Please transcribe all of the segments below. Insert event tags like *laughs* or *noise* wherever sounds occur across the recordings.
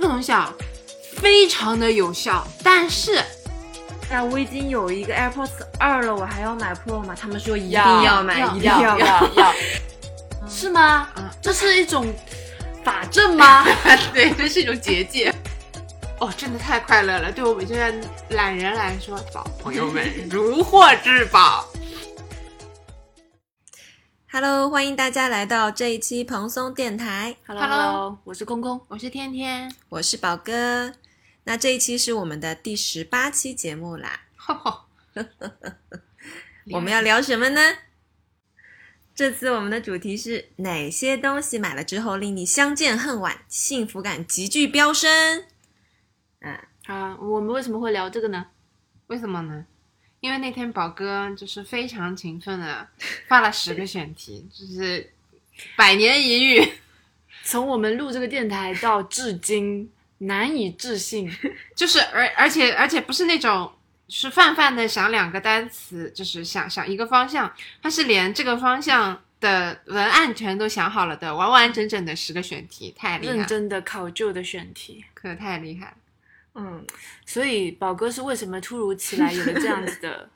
个东西啊，非常的有效，但是。哎，我已经有一个 AirPods 二了，我还要买 Pro 吗？他们说一定要买，要一定要要买。要要，是吗？嗯啊这是一种法证 *laughs* 吗？对，这是一种结 *laughs* 界。哦，真的太快乐了！对我们这些懒人来说，宝朋友们如获至宝。 Hello，欢迎大家来到这一期蓬松电台， Hello，, Hello 我是公公。我是天天，我是宝哥。那这一期是我们的第十八期节目啦，我们要聊什么呢？这次我们的主题是哪些东西买了之后令你相见恨晚，幸福感急剧飙升？啊，我们为什么会聊这个呢？ *laughs* 为什么呢？因为那天宝哥就是非常勤奋的发了十个选题，就是百年一遇。从我们录这个电台到至今，难以置信，就是而而且而且不是那种是泛泛的想两个单词，就是想想一个方向，它是连这个方向的文案全都想好了的，完完整整的十个选题，太嗯厉害啊认了，真的考究的选题。可太厉害了。嗯，所以宝哥是为什么突如其来有了这样子的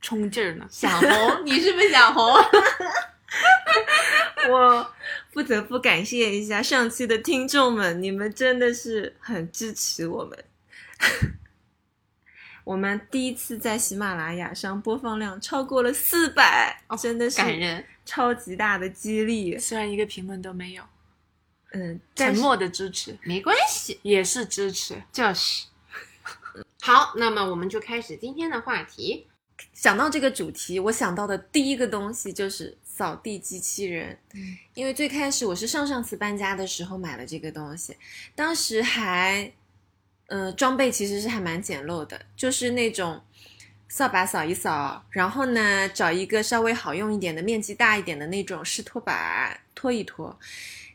冲劲儿呢？想红，你是不是想红？ *laughs* 我不得不感谢一下上期的听众们，你们真的是很支持我们。 *laughs* 我们第一次在喜马拉雅上播放量超过了四百、哦真的是 *laughs* 感人，超级大的激励。虽然一个评论都没有，嗯，但沉是默的支持没关系，也是支持。就是。好，那么我们就开始今天的话题。想到这个主题，我想到的第一个东西就是扫地机器人，因为最开始我是上上次搬家的时候买了这个东西，当时还，呃，装备其实是还蛮简陋的，就是那种扫把扫一扫，然后呢找一个稍微好用一点的、面积大一点的那种试拖把拖一拖，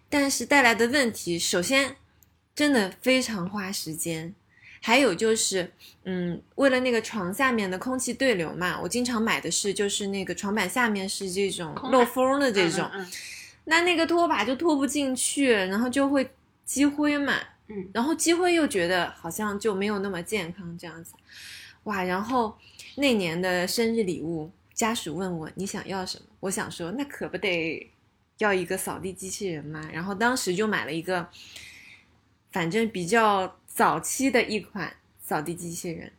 但是带来的问题，首先真的非常花时间，还有就是，嗯，为了那个床下面的空气对流嘛，我经常买的是就是那个床板下面是这种空漏的风的这种，嗯嗯那那个拖把就拖不进去，然后就会积灰嘛，嗯然后积灰又觉得好像就没有那么健康这样子，哇！然后那年的生日礼物，家属问我你想要什么，我想说那可不得要一个扫地机器人嘛，然后当时就买了一个，反正比较早期的一款扫地机器人，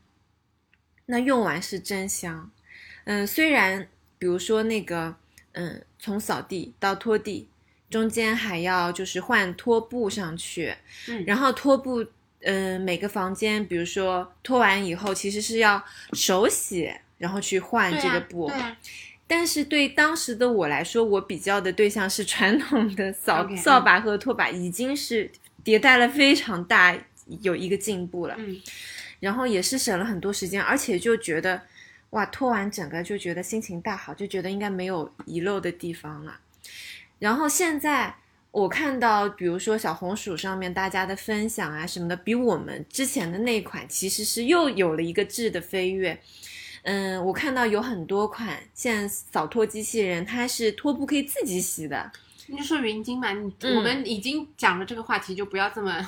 那用完是真香，嗯，虽然比如说那个，嗯，从扫地到拖地中间还要就是换拖布上去，嗯然后拖布，嗯，每个房间，比如说拖完以后，其实是要手洗，然后去换对这个啊，布。对啊，但是对当时的我来说，我比较的对象是传统的扫 OK，嗯扫把和拖把，已经是迭代了非常大，有一个进步了。嗯，然后也是省了很多时间，而且就觉得哇，拖完整个就觉得心情大好，就觉得应该没有遗漏的地方了。然后现在我看到，比如说小红薯上面大家的分享啊什么的，比我们之前的那款其实是又有了一个质的飞跃。嗯，我看到有很多款现在扫拖机器人，它是拖布可以自己洗的，你就说云鲸嘛，你、嗯我们已经讲了这个话题，就不要这么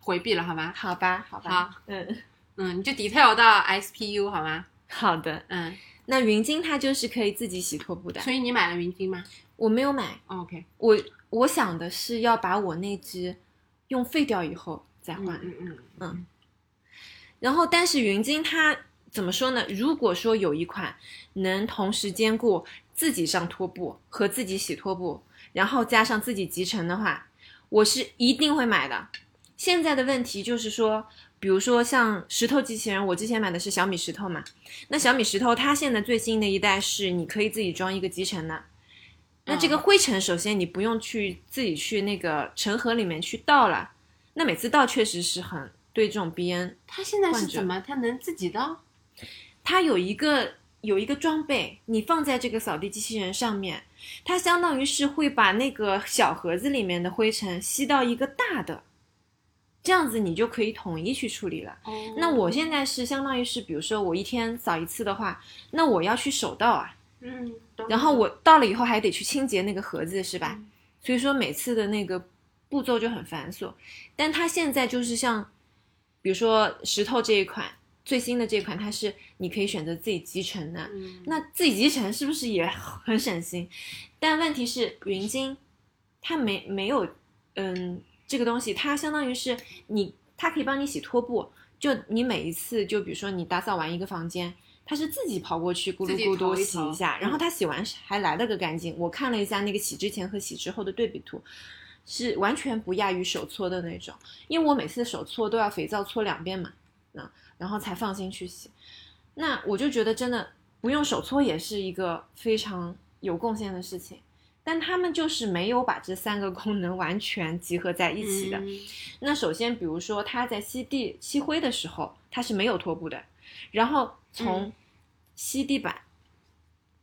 回避了，好吗？好吧，好吧，好，嗯，嗯，你就 detail 到 SPU 好吗？好的。嗯，那云鲸它就是可以自己洗拖布的，所以你买了云鲸吗哦我没有买， ？OK，我我想的是要把我那只用废掉以后再嗯换。嗯嗯然后，但是云鲸它怎么说呢？如果说有一款能同时兼顾自己上拖布和自己洗拖布，然后加上自己集成的话，我是一定会买的。现在的问题就是说，比如说像石头机器人，我之前买的是小米石头嘛，那小米石头它现在最新的一代是你可以自己装一个集成的。那这个灰尘，首先你不用去自己去那个尘盒里面去倒了，那每次倒确实是很对这种鼻炎它现在是换着怎么？它能自己的？它有一个有一个装备，你放在这个扫地机器人上面，它相当于是会把那个小盒子里面的灰尘吸到一个大的，这样子你就可以统一去处理了。哦那我现在是相当于是，比如说我一天扫一次的话，那我要去手倒啊，嗯，然后我到了以后还得去清洁那个盒子，是吧？所以说每次的那个。步骤就很繁琐。但它现在就是像，比如说石头这一款最新的这一款，它是你可以选择自己集成的。嗯那自己集成是不是也很省心？但问题是云鲸，它没没有，嗯，这个东西它相当于是你，它可以帮你洗拖布，就你每一次就比如说你打扫完一个房间。它是自己跑过去咕噜自己咕噜投一嗯洗投一下，然后它洗完还来了个干净。我看了一下那个洗之前和洗之后的对比图，是完全不亚于手搓的那种。因为我每次手搓都要肥皂搓两遍嘛，那然后才放心去洗。那我就觉得真的不用手搓也是一个非常有贡献的事情，但他们就是没有把这三个功能完全集合在一起的。嗯那首先，比如说它在吸地吸灰的时候，它是没有拖布的，然后嗯从吸地板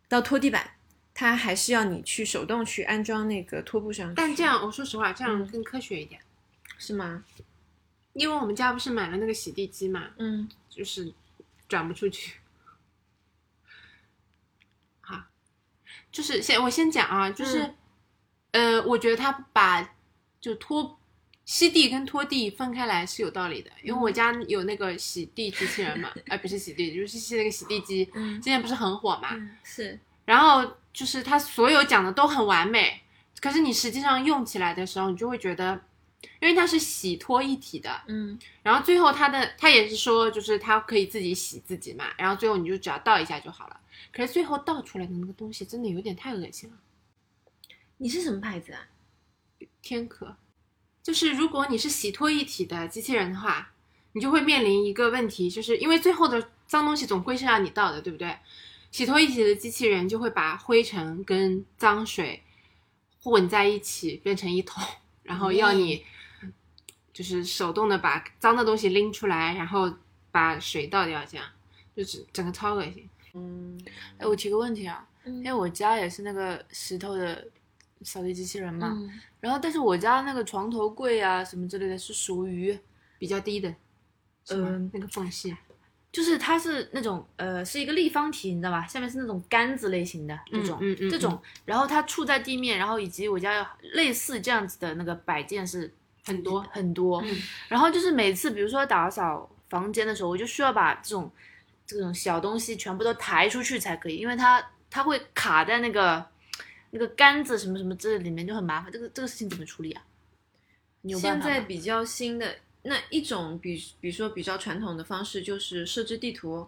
到拖地板，它还是要你去手动去安装那个拖布上去，但这样，我说实话，这样嗯更科学一点，是吗？因为我们家不是买了那个洗地机嘛，嗯，就是转不出去。好，就是先我先讲啊，就是、呃，我觉得他把就拖吸地跟拖地分开来是有道理的，因为我家有那个洗地机器人嘛，哎、不是洗地，就是吸那个洗地机，嗯之前不是很火嘛，是，然后就是他所有讲的都很完美，可是你实际上用起来的时候，你就会觉得，因为它是洗拖一体的，嗯然后最后他的他也是说，就是他可以自己洗自己嘛，然后最后你就只要倒一下就好了。可是最后倒出来的那个东西真的有点太恶心了，你是什么牌子啊？天可。就是如果你是洗脱一体的机器人的话，你就会面临一个问题，就是因为最后的脏东西总归是让你倒的，对不对？洗脱一体的机器人就会把灰尘跟脏水混在一起，变成一桶， *laughs* 然后要你就是手动的把脏的东西拎出来，然后把水倒掉，这样就是整个超恶心。嗯，哎，我提个问题啊，因为嗯我家也是那个石头的扫地机器人嗯嘛，嗯然后但是我家那个床头柜啊什么之类的是属于，比较低的，是吗嗯那个缝隙，就是它是那种呃是一个立方体，你知道吧？下面是那种杆子类型的这种、嗯嗯嗯这种，然后它触在地面，然后以及我家有类似这样子的那个摆件是很多很多，嗯然后就是每次比如说打扫房间的时候，我就需要把这种这种小东西全部都抬出去才可以，因为它它会卡在那个那个杆子什么什么这里面就很麻烦。这个这个事情怎么处理啊？你有办现法在吗比较新的那一种比，比如说比较传统的方式就是设置地图，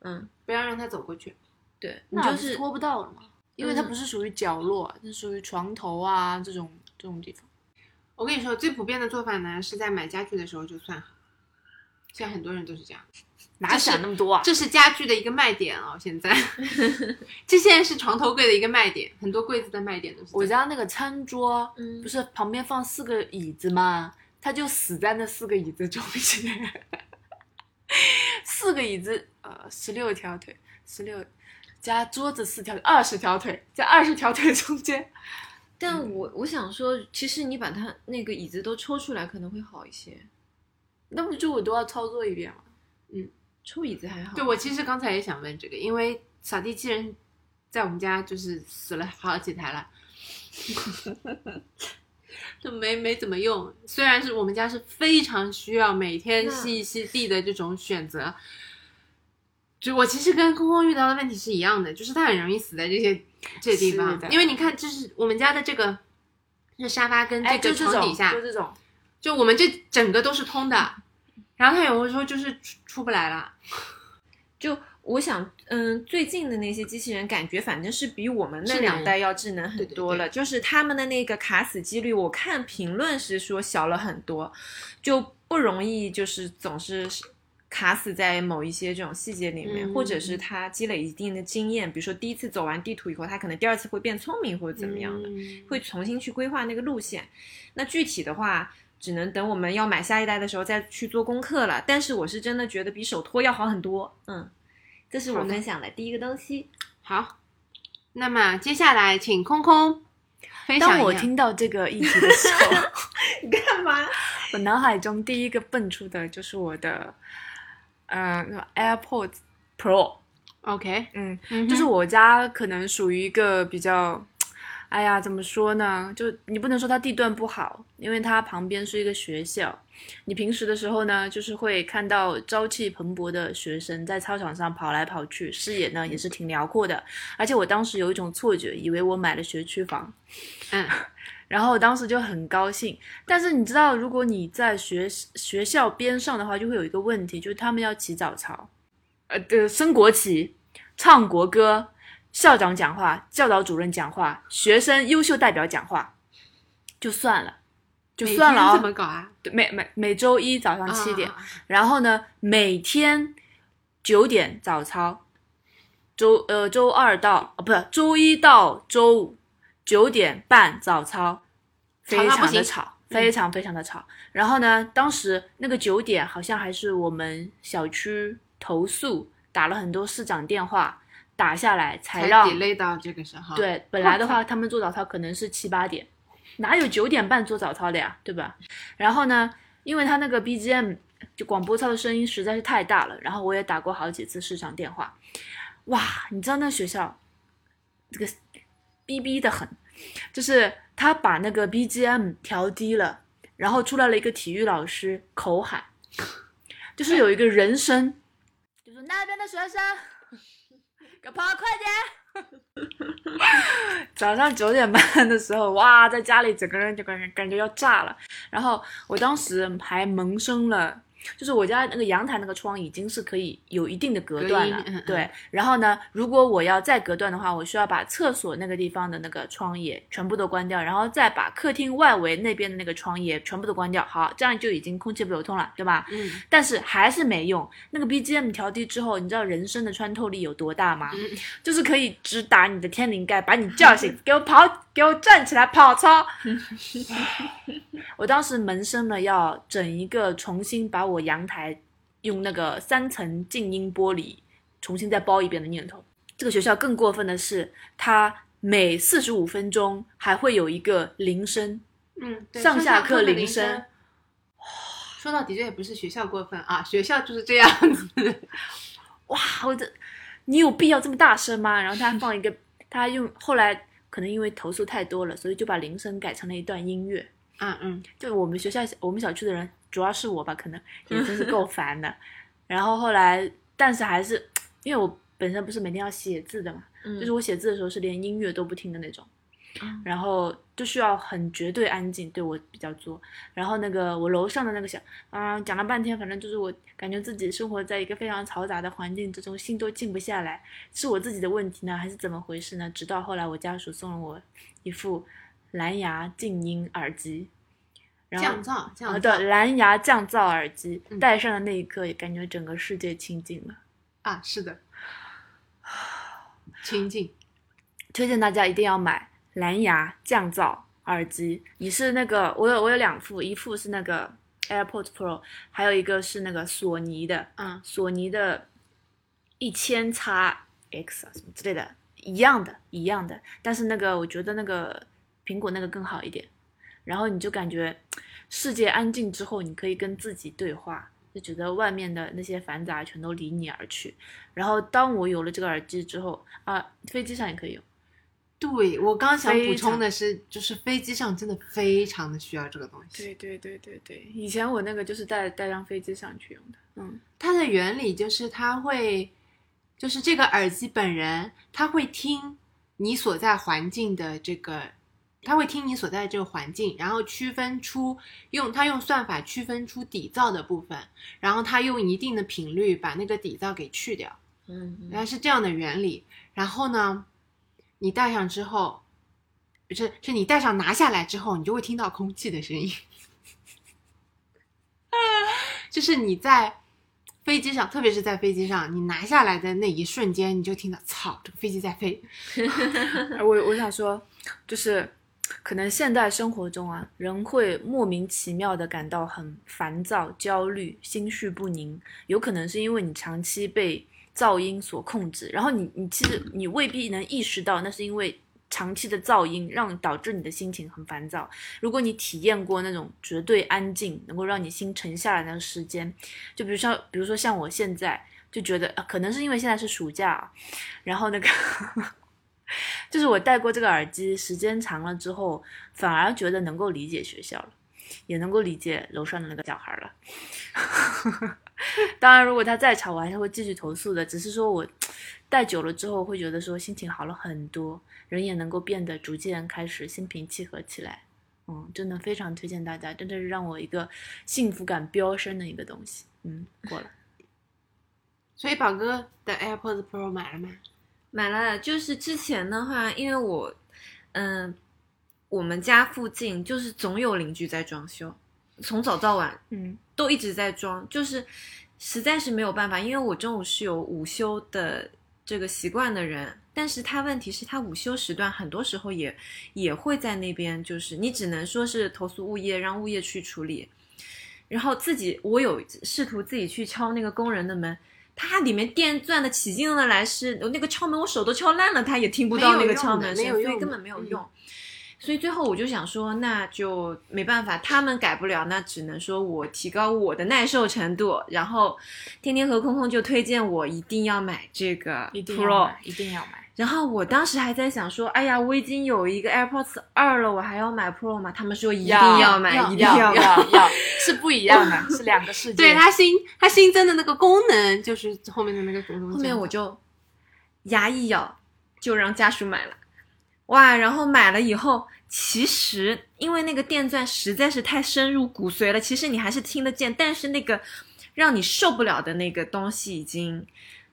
嗯，不要让它走过去。对你那就不是是拖不到了嘛，因为它嗯不是属于角落，它是属于床头啊这种这种地方。我跟你说，最普遍的做法呢，是在买家具的时候就算好。现在很多人都是这样，哪想想那么多啊？这是家具的一个卖点哦。现在， *laughs* 这现在是床头柜的一个卖点，很多柜子的卖点都是这样。我家那个餐桌嗯不是旁边放四个椅子吗？它就死在那四个椅子中间，四个椅子，呃，十六条腿，十六加桌子四条，二十条腿，在二十条腿中间。但我我想说，其实你把它那个椅子都抽出来可能会好一些，那不就我都要操作一遍吗？抽椅子还好。对我其实刚才也想问这个，因为扫地机器人在我们家就是死了好几台 *laughs* 了，就没没怎么用。虽然是我们家是非常需要每天那吸一吸地的这种选择，就我其实跟空空遇到的问题是一样的，就是它很容易死在这些这些地是方的，因为你看，就是我们家的这个这沙发跟哎，这就个这床种，底下，就这种，就我们这整个都是通的。然后它有的时候就是出出不来了，就我想，嗯，最近的那些机器人感觉反正是比我们智那能两代要智能很多了，就是他们的那个卡死几率，我看评论是说小了很多，就不容易就是总是卡死在某一些这种细节里面，嗯或者是他积累一定的经验，比如说第一次走完地图以后，他可能第二次会变聪明或者怎么样的。嗯会重新去规划那个路线。那具体的话，只能等我们要买下一代的时候再去做功课了。但是我是真的觉得比手托要好很多。嗯，这是我好的分享的第一个东西。好，那么接下来请空空分享一当下我听到这个议题的时候， *laughs* 你干嘛？我脑海中第一个蹦出的就是我的，呃那个，AirPods Pro。 OK，嗯，嗯哼就是我家可能属于一个比较，哎、哎呀，怎么说呢？就你不能说它地段不好，因为它旁边是一个学校。你平时的时候呢，就是会看到朝气蓬勃的学生在操场上跑来跑去，视野呢也是挺辽阔的。而且我当时有一种错觉，以为我买了学区房，嗯， *laughs* 然后我当时就很高兴。但是你知道，如果你在学学校边上的话，就会有一个问题，就是他们要起早操，呃，对，升国旗，唱国歌，校长讲话，教导主任讲话，学生优秀代表讲话，就算了，就算了每天啊、怎么搞啊？对每每每周一早上七点，啊然后呢，每天九点早操，周呃周二到啊不是周一到周五九点半早操，到非不常的行嗯吵，非常非常的吵。然后呢，当时那个九点好像还是我们小区投诉打了很多市长电话，打下来才才让 delay 到这个时候。，对，本来的话他们做早操可能是七八点，哪有九点半做早操的呀，对吧？然后呢，因为他那个 BGM 就广播操的声音实在是太大了，然后我也打过好几次市场电话，哇，你知道那学校这个逼逼的很，就是他把那个 BGM 调低了，然后出来了一个体育老师口喊，就是有一个人声，就是那边的学生， *laughs* 给我跑快点！ *laughs* 早上九点半的时候，哇，在家里整个人就感觉感觉要炸了。然后我当时还萌生了，就是我家那个阳台那个窗已经是可以有一定的隔断了隔音嗯嗯，对。然后呢，如果我要再隔断的话，我需要把厕所那个地方的那个窗也全部都关掉，然后再把客厅外围那边的那个窗也全部都关掉。好，这样就已经空气不流通了，对吧？嗯但是还是没用。那个 BGM 调低之后，你知道人声的穿透力有多大吗？嗯就是可以直打你的天灵盖，把你叫 *laughs* 醒，给我跑，给我站起来跑操。我当时萌生了要整一个重新把我阳台用那个三层静音玻璃重新再包一遍的念头。这个学校更过分的是，它每四十五分钟还会有一个铃声，嗯，对上下课的铃声声。说到底，这也不是学校过分啊，学校就是这样 *laughs* 子。哇，我这你有必要这么大声吗？然后他放一个，他用后来可能因为投诉太多了，所以就把铃声改成了一段音乐。嗯嗯，就我们学校我们小区的人，主要是我吧，可能也真是够烦的。然后后来，但是还是因为我本身不是每天要写字的嘛， *laughs* 嗯就是我写字的时候是连音乐都不听的那种，哦然后就需要很绝对安静，对我比较作。然后那个我楼上的那个小，啊、讲了半天，反正就是我感觉自己生活在一个非常嘈杂的环境之中，心都静不下来，是我自己的问题呢，还是怎么回事呢？直到后来我家属送了我一副蓝牙静音耳机，然后降噪降啊噪。对蓝牙降噪耳机，嗯戴上的那一刻，也感觉整个世界清静了。啊，是 *sighs* 的，清静。推荐大家一定要买蓝牙降噪耳机。你是那个，我有我有两副，一副是那个 AirPods Pro，还有一个是那个索尼的，嗯索尼的一千叉 X 啊什么之类的，一样的，一样的。但是那个我觉得那个苹果那个更好一点。然后你就感觉世界安静之后，你可以跟自己对话，就觉得外面的那些繁杂全都离你而去。然后当我有了这个耳机之后，啊，飞机上也可以用。对我刚想补非常充的是，就是飞机上真的非常的需要这个东西。对对对对对，以前我那个就是带带上飞机上去用的。嗯，它的原理就是它会，就是这个耳机本人，它会听你所在环境的这个，它会听你所在这个环境，然后区分出用它用算法区分出底噪的部分，然后它用一定的频率把那个底噪给去掉。嗯，原来是这样的原理。然后呢，你戴上之后，是是你戴上拿下来之后，你就会听到空气的声音。 *laughs* 就是你在飞机上，特别是在飞机上，你拿下来的那一瞬间，你就听到“操，这个飞机在飞我我想说，就是可能现代生活中啊，人会莫名其妙的感到很烦躁、焦虑、心绪不宁，有可能是因为你长期被噪音所控制，然后你你其实你未必能意识到，那是因为。长期的噪音让导致你的心情很烦躁。如果你体验过那种绝对安静，能够让你心沉下来的时间，就比如像，比如说像我现在就觉得，呃可能是因为现在是暑假啊，然后那个 *laughs* 就是我戴过这个耳机，时间长了之后，反而觉得能够理解学校了，也能够理解楼上的那个小孩了。 *laughs* 当然，如果他再吵，我还是会继续投诉的。只是说我戴久了之后，会觉得说心情好了很多，人也能够变得逐渐开始心平气和起来。嗯，真的非常推荐大家，真的是让我一个幸福感飙升的一个东西。嗯，过了。所以宝哥的 AirPods Pro 买了吗？买了，就是之前的话，因为我，嗯、我们家附近就是总有邻居在装修，从早到晚嗯都一直在装，就是实在是没有办法，因为我中午是有午休的这个习惯的人，但是他问题是，他午休时段很多时候也也会在那边，就是你只能说是投诉物业，让物业去处理，然后自己我有试图自己去敲那个工人的门。他里面电钻的起劲的来是，我那个敲门我手都敲烂了，他也听不到那个敲门声，没有用的没有用所的以根本没有用。所以最后我就想说，那就没办法，他们改不了，那只能说我提高我的耐受程度。然后天天和空空就推荐我一定要买这个 Pro，一定要买。然后我当时还在想说，哎呀，我已经有一个 AirPods 二了，我还要买 Pro 吗？他们说一定要买，一定啊要买。要 *laughs* 要，是不一样的， *laughs* 是两个世界。对它新它新增的那个功能，就是后面的那个功能。后面我就牙一咬，就让家属买了。哇，然后买了以后，其实因为那个电钻实在是太深入骨髓了，其实你还是听得见，但是那个让你受不了的那个东西已经，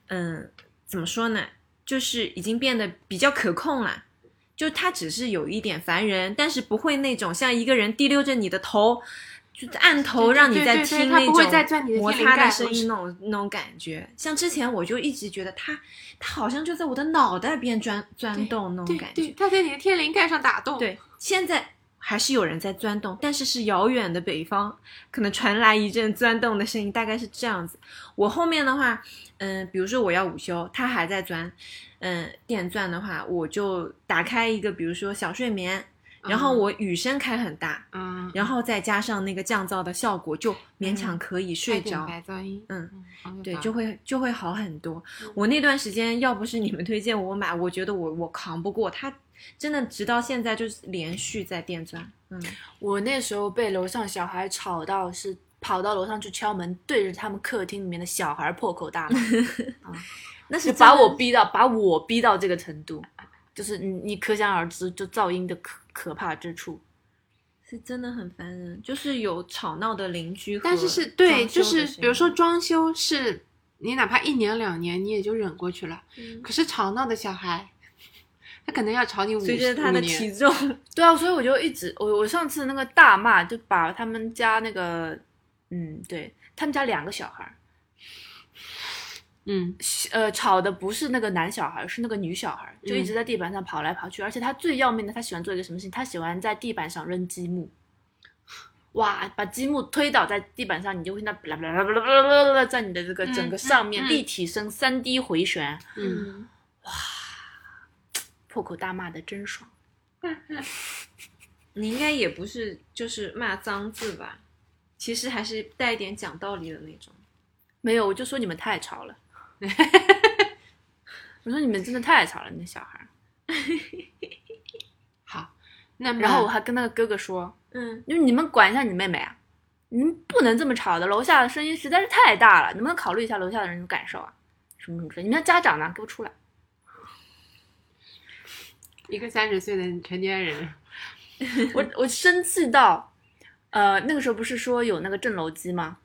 嗯，怎么说呢？就是已经变得比较可控了。就它只是有一点烦人，但是不会那种像一个人提溜着你的头，就按对头对让你对在对对听它那不会种再钻你的摩天灵擦盖的声我是音那种那种感觉。像之前我就一直觉得它，它好像就在我的脑袋边钻钻洞那种对感对，觉。它在你的天灵盖上打洞。对，现在还是有人在钻洞，但是是遥远的北方，可能传来一阵钻洞的声音，大概是这样子。我后面的话，嗯、比如说我要午休，它还在钻，嗯、电钻的话，我就打开一个，比如说小睡眠，嗯，然后我雨声开很大，嗯，然后再加上那个降噪的效果，就勉强可以睡开点着。白噪音。嗯，好对，好就会就会好很多嗯。我那段时间要不是你们推荐我买，我觉得我我扛不过它，真的直到现在就是连续在电钻，嗯，我那时候被楼上小孩吵到，是跑到楼上去敲门，对着他们客厅里面的小孩破口 *laughs* 大骂，啊那是就把真的我逼到把我逼到这个程度，就是你你可想而知，就噪音的可可怕之处。是真的很烦人，就是有吵闹的邻居和但装修是的声是音，对，就是比如说装修是，你哪怕一年两年你也就忍过去了。嗯，可是吵闹的小孩，他可能要吵你五随着十他的体重，对啊，所以我就一直我我上次那个大骂就把他们家那个嗯，对他们家两个小孩儿，嗯，呃，吵的不是那个男小孩儿，是那个女小孩儿，就嗯一直在地板上跑来跑去。而且他最要命的，他喜欢做一个什么事情？他喜欢在地板上扔积木。哇，把积木推倒在地板上，你就会那啦啦啦啦啦啦啦，在你的这个整个上面嗯嗯立体声、三 D 回旋，嗯，破口大骂的真爽。你应该也不是就是骂脏字吧？其实还是带一点讲道理的那种。没有，我就说你们太吵了。 *laughs* 我说你们真的太吵了，你那小孩儿。好，那么然后我还跟那个哥哥说，嗯，就是你们管一下你妹妹啊，你们不能这么吵的，楼下的声音实在是太大了，能不能考虑一下楼下的人的感受啊？什么什么之类，你们家长呢？给我出来！一个三十岁的成年 *laughs* 人，我我生气到，呃，那个时候不是说有那个震楼机吗？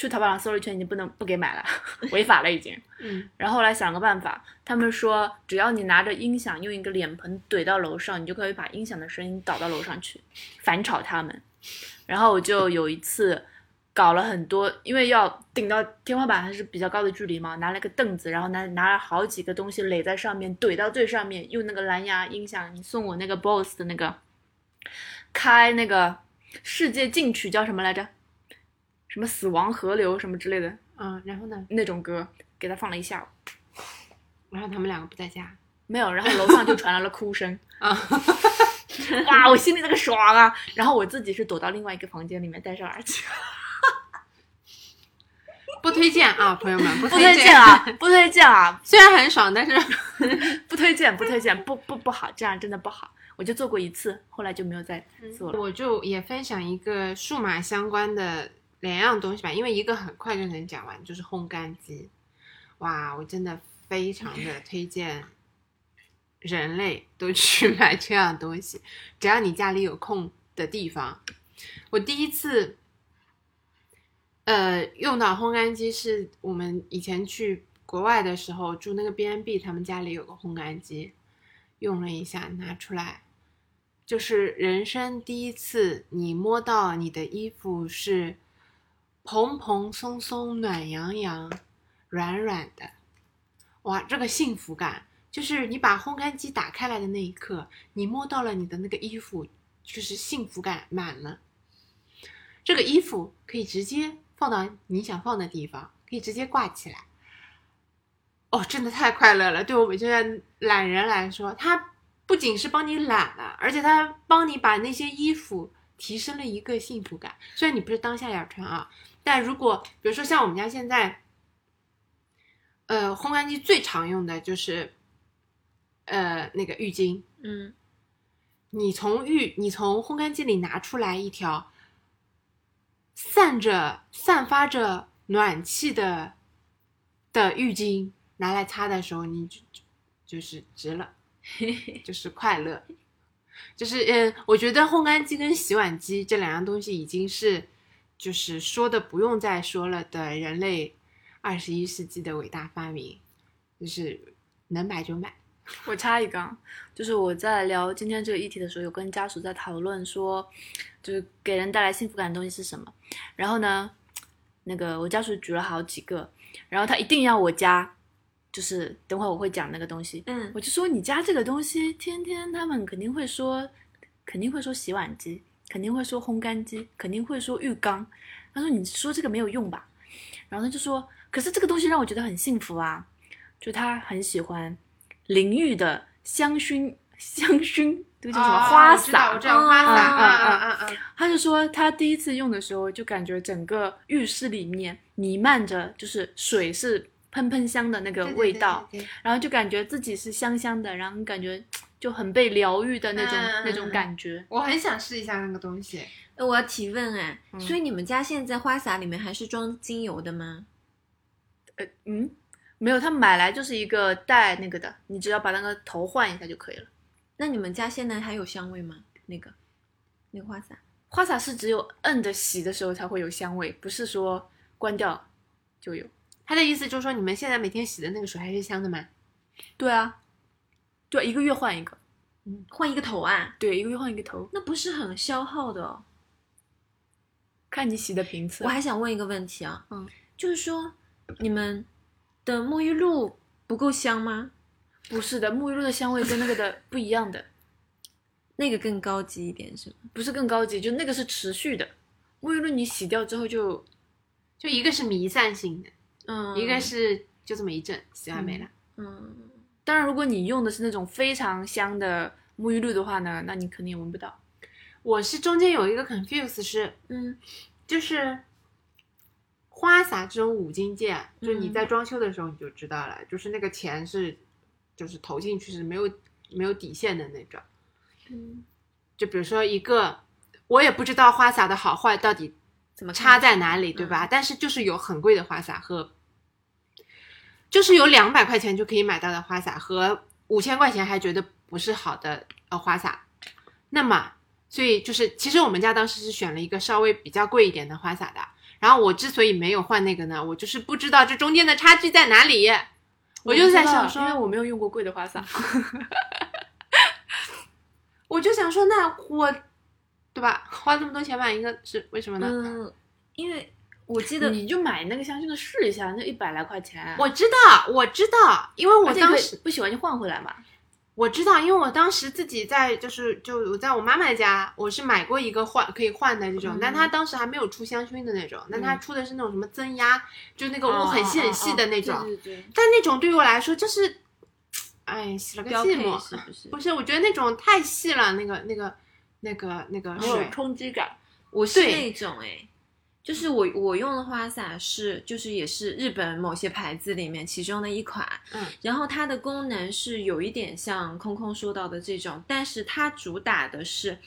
去淘宝上搜了一圈，已经不能不给买了， *laughs* 违法了已经。嗯，然后后来想个办法，他们说只要你拿着音响用一个脸盆怼到楼上，你就可以把音响的声音导到楼上去，反吵他们。然后我就有一次搞了很多，因为要顶到天花板还是比较高的距离嘛，拿了个凳子，然后拿拿了好几个东西垒在上面，怼到最上面，用那个蓝牙音响。你送我那个 BOSS 的那个开那个世界禁曲叫什么来着？什么死亡河流什么之类的嗯，然后呢？那种歌，给他放了一下午。然后他们两个不在家没有，然后楼上就传来了哭声，啊， *laughs* *laughs* 哇，我心里那个爽啊！然后我自己是躲到另外一个房间里面，戴上耳机，不推荐啊，朋友们，不不推荐荐。啊，不推荐啊，虽然很爽，但是不推荐，不推荐，不不不好，这样真的不好。我就做过一次，后来就没有再做了。我就也分享一个数码相关的两样东西吧，因为一个很快就能讲完，就是烘干机。哇，我真的非常的推荐人类都去买这样的东西，只要你家里有空的地方。我第一次，呃，用到烘干机是我们以前去国外的时候住那个 B&B，他们家里有个烘干机，用了一下拿出来，就是人生第一次，你摸到你的衣服是蓬蓬松松、暖洋洋、软软的，哇，这个幸福感！就是你把烘干机打开来的那一刻，你摸到了你的那个衣服，就是幸福感满了。这个衣服可以直接放到你想放的地方，可以直接挂起来。哦，真的太快乐了！对我们这些懒人来说，它不仅是帮你懒了，而且它帮你把那些衣服提升了一个幸福感。虽然你不是当下要穿啊，但如果比如说像我们家现在，呃，烘干机最常用的就是，呃，那个浴巾。嗯，你从浴，你从烘干机里拿出来一条散着、散发着暖气的的浴巾，拿来擦的时候，你就就就是值了，就是快乐，就是嗯，我觉得烘干机跟洗碗机这两样东西已经是就是说的不用再说了的人类二十一世纪的伟大发明，就是能买就买，我插一个啊，就是我在聊今天这个议题的时候，有跟家属在讨论说，就是给人带来幸福感的东西是什么。然后呢，那个我家属举了好几个，然后他一定要我加，就是等会儿我会讲那个东西。嗯，我就说你加这个东西，天天他们肯定会说，肯定会说洗碗机，肯定会说烘干机，肯定会说浴缸。他说你说这个没有用吧？然后他就说，可是这个东西让我觉得很幸福啊，就他很喜欢淋浴的香薰，香薰这个叫什么、哦花我知道洒？我知道花洒，嗯嗯嗯嗯嗯嗯。他就说他第一次用的时候，就感觉整个浴室里面弥漫着就是水是喷喷香的那个对味道，，对对对对然后就感觉自己是香香的，然后感觉就很被疗愈的那种、嗯那种感觉。我很想试一下那个东西。哎我要提问哎，嗯所以你们家现在花洒里面还是装精油的吗？嗯，没有，他买来就是一个带那个的，你只要把那个头换一下就可以了。那你们家现在还有香味吗？那个，那个花洒？花洒是只有摁着洗的时候才会有香味，不是说关掉就有。他的意思就是说，你们现在每天洗的那个水还是香的吗？对啊，对，一个月换一个，换一个头啊，对，一个月换一个头，那不是很消耗的哦。看你洗的频次。我还想问一个问题啊，嗯，就是说你们的沐浴露不够香吗？不是的，沐浴露的香味跟那个的不一样的，那个更高级一点是吗？不是更高级，就那个是持续的。沐浴露你洗掉之后就就一个是弥散性的，嗯，一个是就这么一阵，洗完没了。嗯，当然，如果你用的是那种非常香的沐浴露的话呢，那你肯定也闻不到。我是中间有一个 confuse 是，嗯，就是花洒这种五金件，就你嗯在装修的时候你就知道了，就是那个钱是，就是投进去是没有没有底线的那种。嗯，就比如说一个，我也不知道花洒的好坏到底怎么看嗯差在哪里，对嗯吧？但是就是有很贵的花洒和，就是有两百块钱就可以买到的花洒和五千块钱还觉得不是好的呃花洒，那么所以就是其实我们家当时是选了一个稍微比较贵一点的花洒的。然后我之所以没有换那个呢，我就是不知道这中间的差距在哪里。我就在想说因为我没有用过贵的 *laughs* 花洒，我就想说，那我对吧，花那么多钱买一个是为什么呢？嗯，因为我记得你就买那个香薰的试一下，那一百来块钱，啊我知道，我知道，因为我而且可当以时不喜欢就换回来嘛。我知道，因为我当时自己在就是就我在我妈妈家，我是买过一个换可以换的这种，嗯但她当时还没有出香薰的那种，但嗯她出的是那种什么增压，就那个雾很细哦哦很细的那种。对对但那种对于我来说就是，哎，洗了个标寂配寞。是不是？不是，我觉得那种太细了，那个那个那个那个对，水有，冲击感。我是对那种哎，就是我我用的花洒是就是也是日本某些牌子里面其中的一款，嗯，然后它的功能是有一点像空空说到的这种，但是它主打的是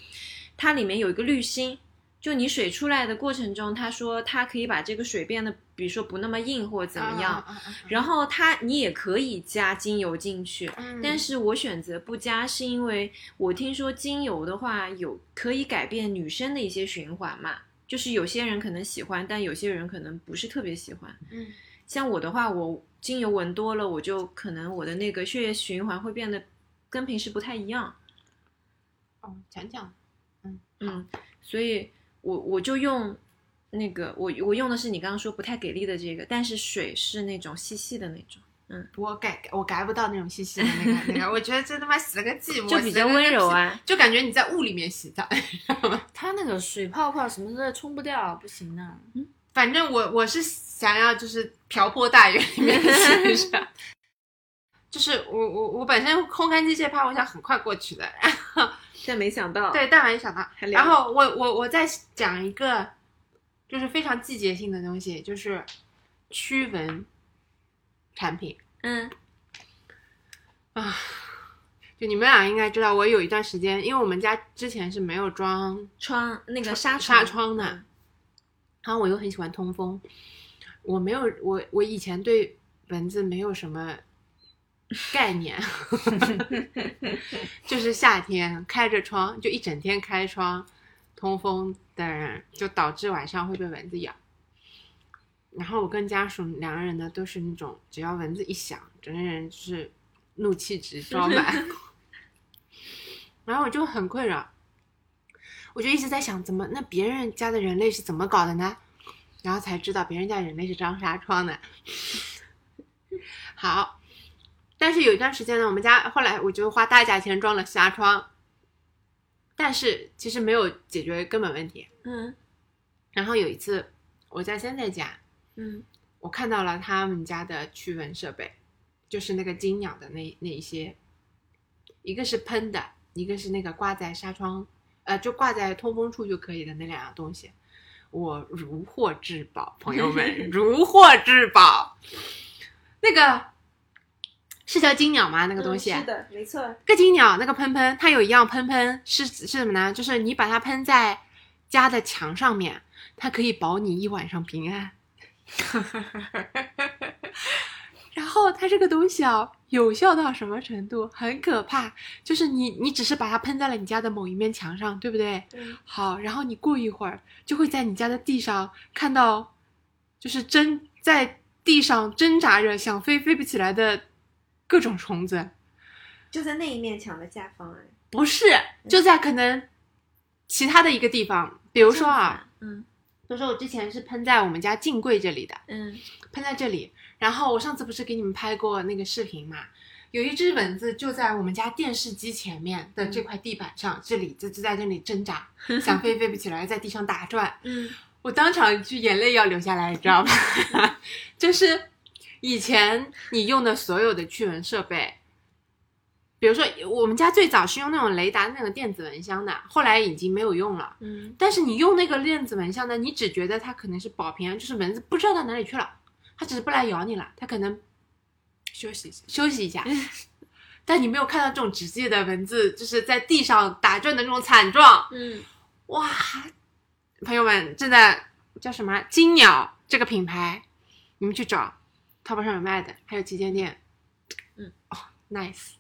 它里面有一个滤芯，就你水出来的过程中，他说它可以把这个水变得，比如说不那么硬或怎么样，嗯？嗯然后它你也可以加精油进去，嗯嗯但是我选择不加，是因为我听说精油的话有可以改变女生的一些循环嘛，就是有些人可能喜欢，但有些人可能不是特别喜欢。嗯像我的话，我精油闻多了，我就可能我的那个血液循环会变得跟平时不太一样。哦，讲讲，嗯，所以我我就用那个我我用的是你刚刚说不太给力的这个，但是水是那种细细的那种，我改我改不到那种细细的那个那 *laughs* 个，我觉得这他妈洗了个寂寞，就比较温柔啊。就感觉你在雾里面洗澡。它那个水泡泡什么的冲不掉，不行的。反正我我是想要就是瓢泼大雨里面洗是吧就是我我我本身烘干机这趴我想很快过去的，但没想到，对，但没想到。还聊然后我我我再讲一个，就是非常季节性的东西，就是驱蚊产品。嗯，就你们俩应该知道，我有一段时间，因为我们家之前是没有装窗那个纱纱窗的，然后我又很喜欢通风，我没有我我以前对蚊子没有什么概念，就是夏天开着窗就一整天开窗通风的人，就导致晚上会被蚊子咬。然后我跟家属两个人呢，都是那种只要蚊子一响，整个人就是怒气值招满。 *laughs* 然后我就很困扰，我就一直在想，怎么那别人家的人类是怎么搞的呢？然后才知道别人家人类是张纱窗的。好，但是有一段时间呢，我们家后来我就花大价钱装了纱窗，但是其实没有解决根本问题。嗯然后有一次我在三在家，嗯我看到了他们家的驱蚊设备，就是那个金鸟的那那一些，一个是喷的，一个是那个挂在纱窗，呃，就挂在通风处就可以的那两样东西，我如获至宝，朋友们如获至宝。那个是叫金鸟吗？那个东西、嗯啊的，没错，个金鸟那个喷喷，它有一样喷喷是是什么呢？就是你把它喷在家的墙上面，它可以保你一晚上平安。 *laughs* 然后它这个东西啊，有效到什么程度？很可怕，就是你你只是把它喷在了你家的某一面墙上，对不对？嗯好，然后你过一会儿就会在你家的地上看到，就是挣在地上挣扎着想飞飞不起来的各种虫子。就在那一面墙的下方哎。不是，就在可能其他的一个地方，比如说啊，嗯比如说我之前是喷在我们家镜柜这里的，嗯喷在这里。然后我上次不是给你们拍过那个视频嘛，有一只蚊子就在我们家电视机前面的这块地板上，这里就就在这里挣扎，想飞飞不起来，在地上打转。嗯，我当场就眼泪要流下来，你知道吗？ *laughs* 就是以前你用的所有的驱蚊设备，比如说我们家最早是用那种雷达那种电子蚊香的，后来已经没有用了。嗯但是你用那个电子蚊香呢，你只觉得它可能是保平安，就是蚊子不知道到哪里去了，它只是不来咬你了，它可能休息一下。休息一下。但你没有看到这种直接的蚊子，就是在地上打转的那种惨状，嗯，哇！朋友们，正在叫什么金鸟这个品牌，你们去找，淘宝上有卖的，还有旗舰店。嗯，哦，nice，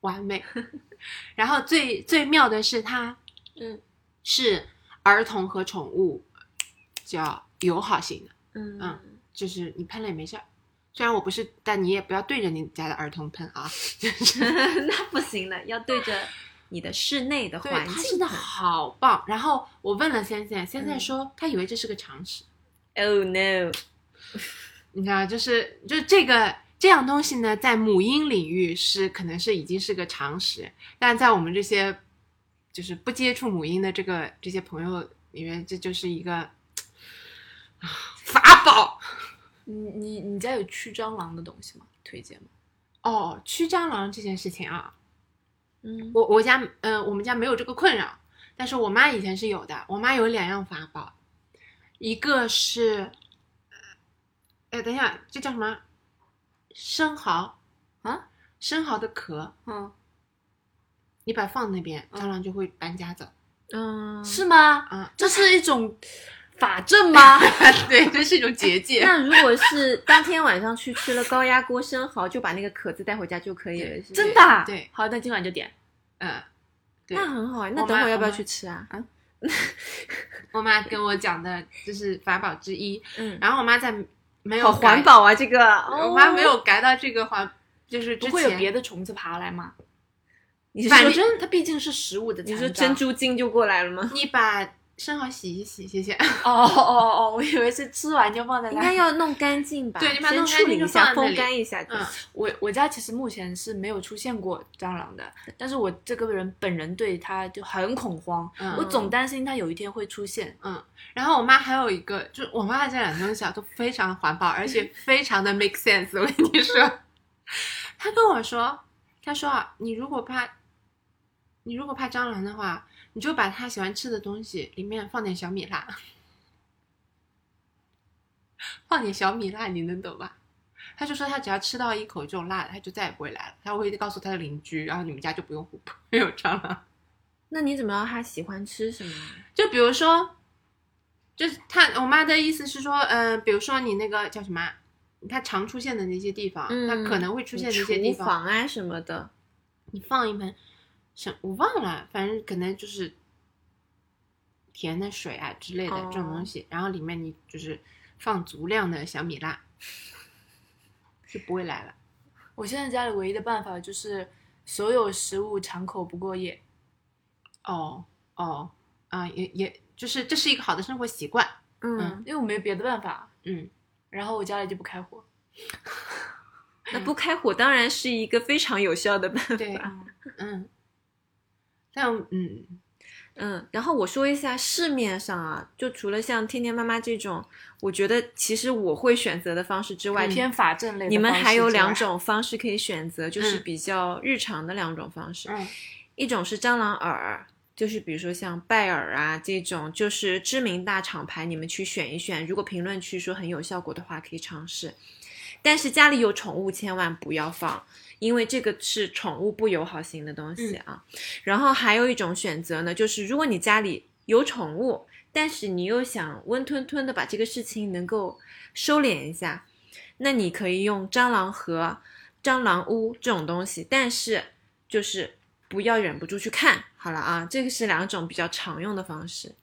完美。 *laughs* 然后最最妙的是它，嗯，是儿童和宠物叫友好型的，嗯嗯就是你喷了也没事儿。虽然我不是，但你也不要对着你家的儿童喷啊。 *laughs* 那不行的，要对着你的室内的嗯对，环它真境的看。好棒。然后我问了仙仙，仙仙嗯说她以为这是个常识。 Oh no！你知道，就是就这个这样东西呢，在母婴领域是可能是已经是个常识，但在我们这些就是不接触母婴的这个这些朋友里面，这就是一个啊法宝你你你家有驱蟑螂的东西吗？推荐吗？哦。驱蟑螂这件事情啊，嗯我我家嗯、呃我们家没有这个困扰，但是我妈以前是有的。我妈有两样法宝，一个是，呃，哎，等一下，这叫什么？生蚝啊？生蚝的壳，嗯，你把它放那边，蟑螂就会搬家走。嗯，是吗？啊，这是一种法 *laughs* 阵吗？对，这是一种结 *laughs* 界。那如果是当天晚上去吃了高压锅生蚝，就把那个壳子带回家就可以了，是真的啊？对好，那今晚就点。嗯，对那很好啊。那我等妈会要不要我妈嗯去吃啊？我妈跟我讲的就是法宝之一。嗯，然后我妈在没有好环改，保啊，这个。我妈没有改到这个环，就是之不前会有别的虫子爬来吗？你是反说正真，它毕竟是食物的你残说渣珍珠精就过来了吗？你把生蚝洗一洗，谢谢。 *laughs* *laughs* 哦哦哦，我以为是吃完就放在应那。该要弄干净吧？对你把它先弄干处净理就一下，放在那风里干一下。嗯，我我家其实目前是没有出现过蟑螂的，但是我这个人本人对它就很恐慌，嗯我总担心它有一天会出现。然后我妈还有一个，就是我妈这两个东西啊都非常环保，而且非常的 make sense。我跟你说， *laughs* 她跟我说，她说啊，你如果怕，你如果怕蟑螂的话，你就把她喜欢吃的东西里面放点小米辣，放点小米辣，你能懂吧？她就说她只要吃到一口这种辣的，她就再也不会来了。她会告诉她的邻居，然后你们家就不用 *laughs* 不没有蟑螂。那你怎么知道他喜欢吃什么？啊就比如说，就是他我妈的意思是说，嗯、比如说你那个叫什么啊，它常出现的那些地方，嗯它可能会出现的一些地厨方，房啊什么的。你放一盆什我忘了，反正可能就是甜的水啊之类的哦这种东西，然后里面你就是放足量的小米辣，就不会来了。我现在家里唯一的办法就是所有食物敞口不过夜。哦哦啊，也也就是这是一个好的生活习惯，嗯，因为我没有别的办法，嗯，然后我家里就不开火。那不开火当然是一个非常有效的办法。 *laughs* 对，嗯，但嗯。嗯，然后我说一下市面上啊，就除了像天天妈妈这种，我觉得其实我会选择的方式之外，偏法阵类的嗯你们方式还有之外两，种方式可以选择，就是嗯比较日常的两种方式。嗯一种是蟑螂饵，就是比如说像拜耳啊这种，就是知名大厂牌，你们去选一选。如果评论区说很有效果的话，可以尝试。但是家里有宠物，千万不要放，因为这个是宠物不友好型的东西啊。然后还有一种选择呢，就是如果你家里有宠物，但是你又想温吞吞的把这个事情能够收敛一下，那你可以用蟑螂盒、蟑螂屋这种东西，但是就是不要忍不住去看。好了啊，这个是两种比较常用的方式。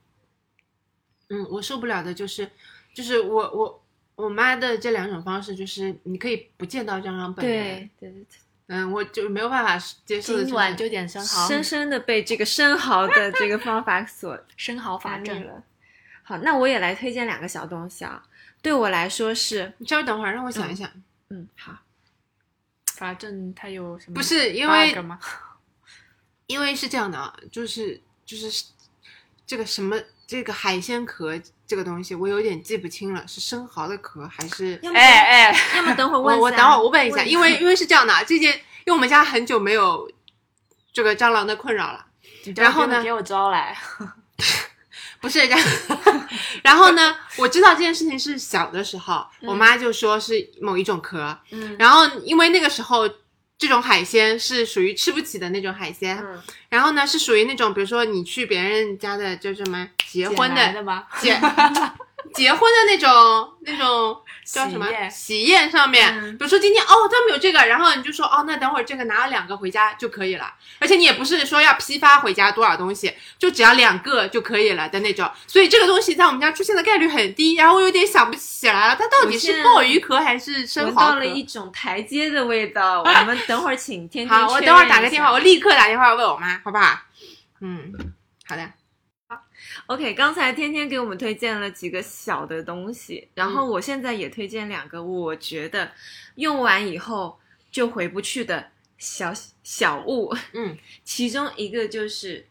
嗯，我受不了的就是，就是我我我妈的这两种方式，就是你可以不见到蟑螂本人，对对对，嗯，我就没有办法接受的、就是。今晚就点生蚝，深深的被这个生蚝的这个方法 *laughs* 所生蚝法打中阵。了。好，那我也来推荐两个小东西啊。对我来说是，你稍微等会儿，让我想一想。嗯，好，法阵它有什么？不嗯是因为吗？因为是这样的啊，就是就是这个什么这个海鲜壳这个东西，我有点记不清了，是生蚝的壳还是？要么哎哎，要么等会儿问我啊一我下等会儿我问一下，因为下因为是这样的啊，这件因为我们家很久没有这个蟑螂的困扰了。然后呢给我招来，不是 *laughs* 然后然后呢，我知道这件事情是小的时候，我妈就说是某一种壳，嗯然后因为那个时候这种海鲜是属于吃不起的那种海鲜，嗯然后呢是属于那种比如说你去别人家的就什么结捡婚来的的吗？结结婚的那种那种叫什么喜宴喜宴上面，嗯比如说今天哦他们有这个，然后你就说哦那等会儿这个拿了两个回家就可以了，而且你也不是说要批发回家多少东西，就只要两个就可以了的那种，所以这个东西在我们家出现的概率很低，然后我有点想不起来了，它到底我是现在鲍鱼壳还是生闻蚝到壳了？一种台阶的味道。我们等会儿请天天好，我确等会儿认打一个下电话，我立刻打电话问我妈，好不好？嗯，好的， OK，刚才天天给我们推荐了几个小的东西，然后嗯我现在也推荐两个，我觉得用完以后就回不去的小小物。嗯， *laughs* 其中一个就是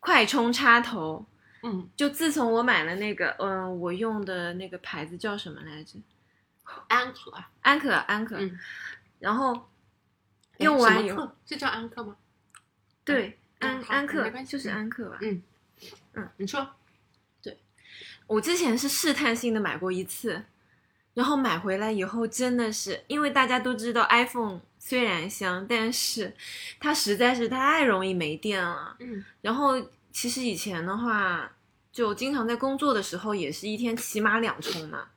快充插头。嗯就自从我买了那个，嗯，我用的那个牌子叫什么来着？安可，安可安可。嗯哎然后用完以后，是叫安可吗？对嗯安好嗯安没可关系就是嗯安可吧。你说，我之前是试探性的买过一次，然后买回来以后真的是，因为大家都知道 iPhone 虽然香，但是它实在是太容易没电了。嗯，然后其实以前的话，就经常在工作的时候也是一天起码两充嘛。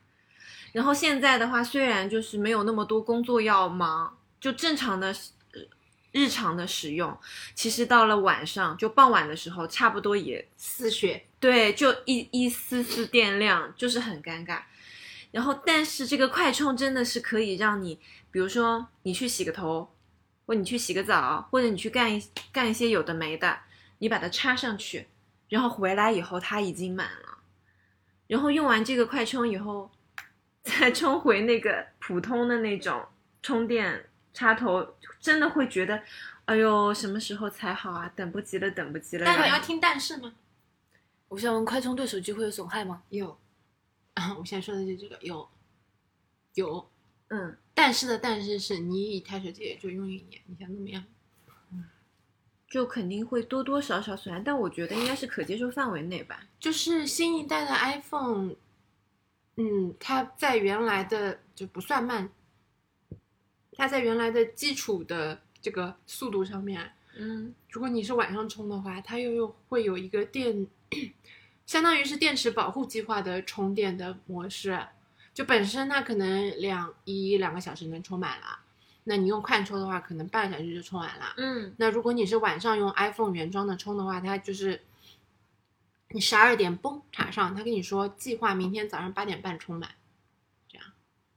然后现在的话，虽然就是没有那么多工作要忙，就正常的呃日常的使用，其实到了晚上就傍晚的时候，差不多也丝血，对，就一一丝丝电量，就是很尴尬。然后，但是这个快充真的是可以让你，比如说你去洗个头，或你去洗个澡，或者你去干一干一些有的没的，你把它插上去，然后回来以后它已经满了，然后用完这个快充以后，再充回那个普通的那种充电插头，真的会觉得，哎呦，什么时候才好啊？等不及了，等不及了。但你然后要听但是吗？我想问，快充对手机会有损害吗？有，啊，我现在说的就是这个有，有，嗯，但是的但是是你一台手机也就用一年，你想怎么样？就肯定会多多少少损害，但我觉得应该是可接受范围内吧。就是新一代的 iPhone，嗯，它在原来的就不算慢，它在原来的基础的这个速度上面啊，嗯，如果你是晚上充的话，它又又会有一个电，相当于是电池保护计划的充电的模式。就本身它可能两一两个小时能充满了，那你用快充的话，可能半个小时就充完了。嗯，那如果你是晚上用 iPhone 原装的充的话，它就是你十二点嘣插上，它跟你说计划明天早上八点半充满，这样，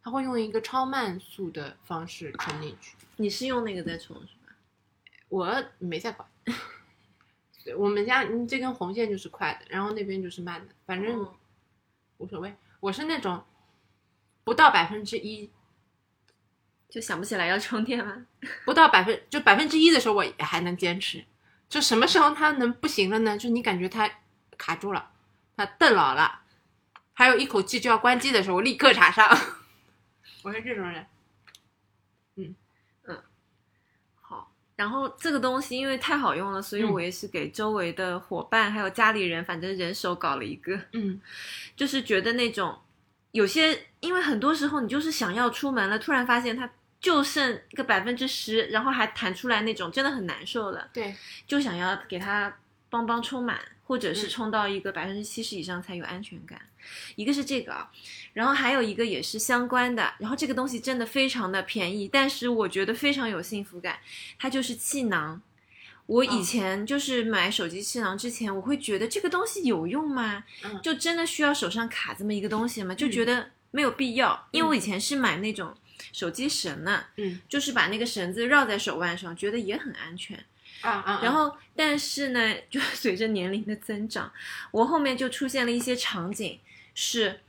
它会用一个超慢速的方式充进去。你是用那个在充是吧？我没在管。对我们家嗯这根红线就是快的，然后那边就是慢的，反正哦无所谓。我是那种不到百分之一，就想不起来要充电吗？不到百分就百分之一的时候，我还能坚持。就什么时候它能不行了呢？就你感觉它卡住了，它瞪牢了，还有一口气就要关机的时候，我立刻插上。 *laughs* 我是这种人，好，然后这个东西因为太好用了，所以嗯我也是给周围的伙伴还有家里人，反正人手搞了一个，嗯，就是觉得那种有些，因为很多时候你就是想要出门了，突然发现它就剩个百分之十，然后还弹出来那种，真的很难受的。对，就想要给它帮帮充满，或者是嗯充到一个百分之七十以上才有安全感。一个是这个啊，然后还有一个也是相关的，然后这个东西真的非常的便宜，但是我觉得非常有幸福感，它就是气囊。我以嗯前就是买手机气囊之前，我会觉得这个东西有用吗？嗯就真的需要手上卡这么一个东西吗？就觉得没有必要，因为我以前是买那种手机绳呢，嗯就是把那个绳子绕在手腕上，觉得也很安全。啊啊，然后，但是呢， *laughs* 就随着年龄的增长，我后面就出现了一些场景，是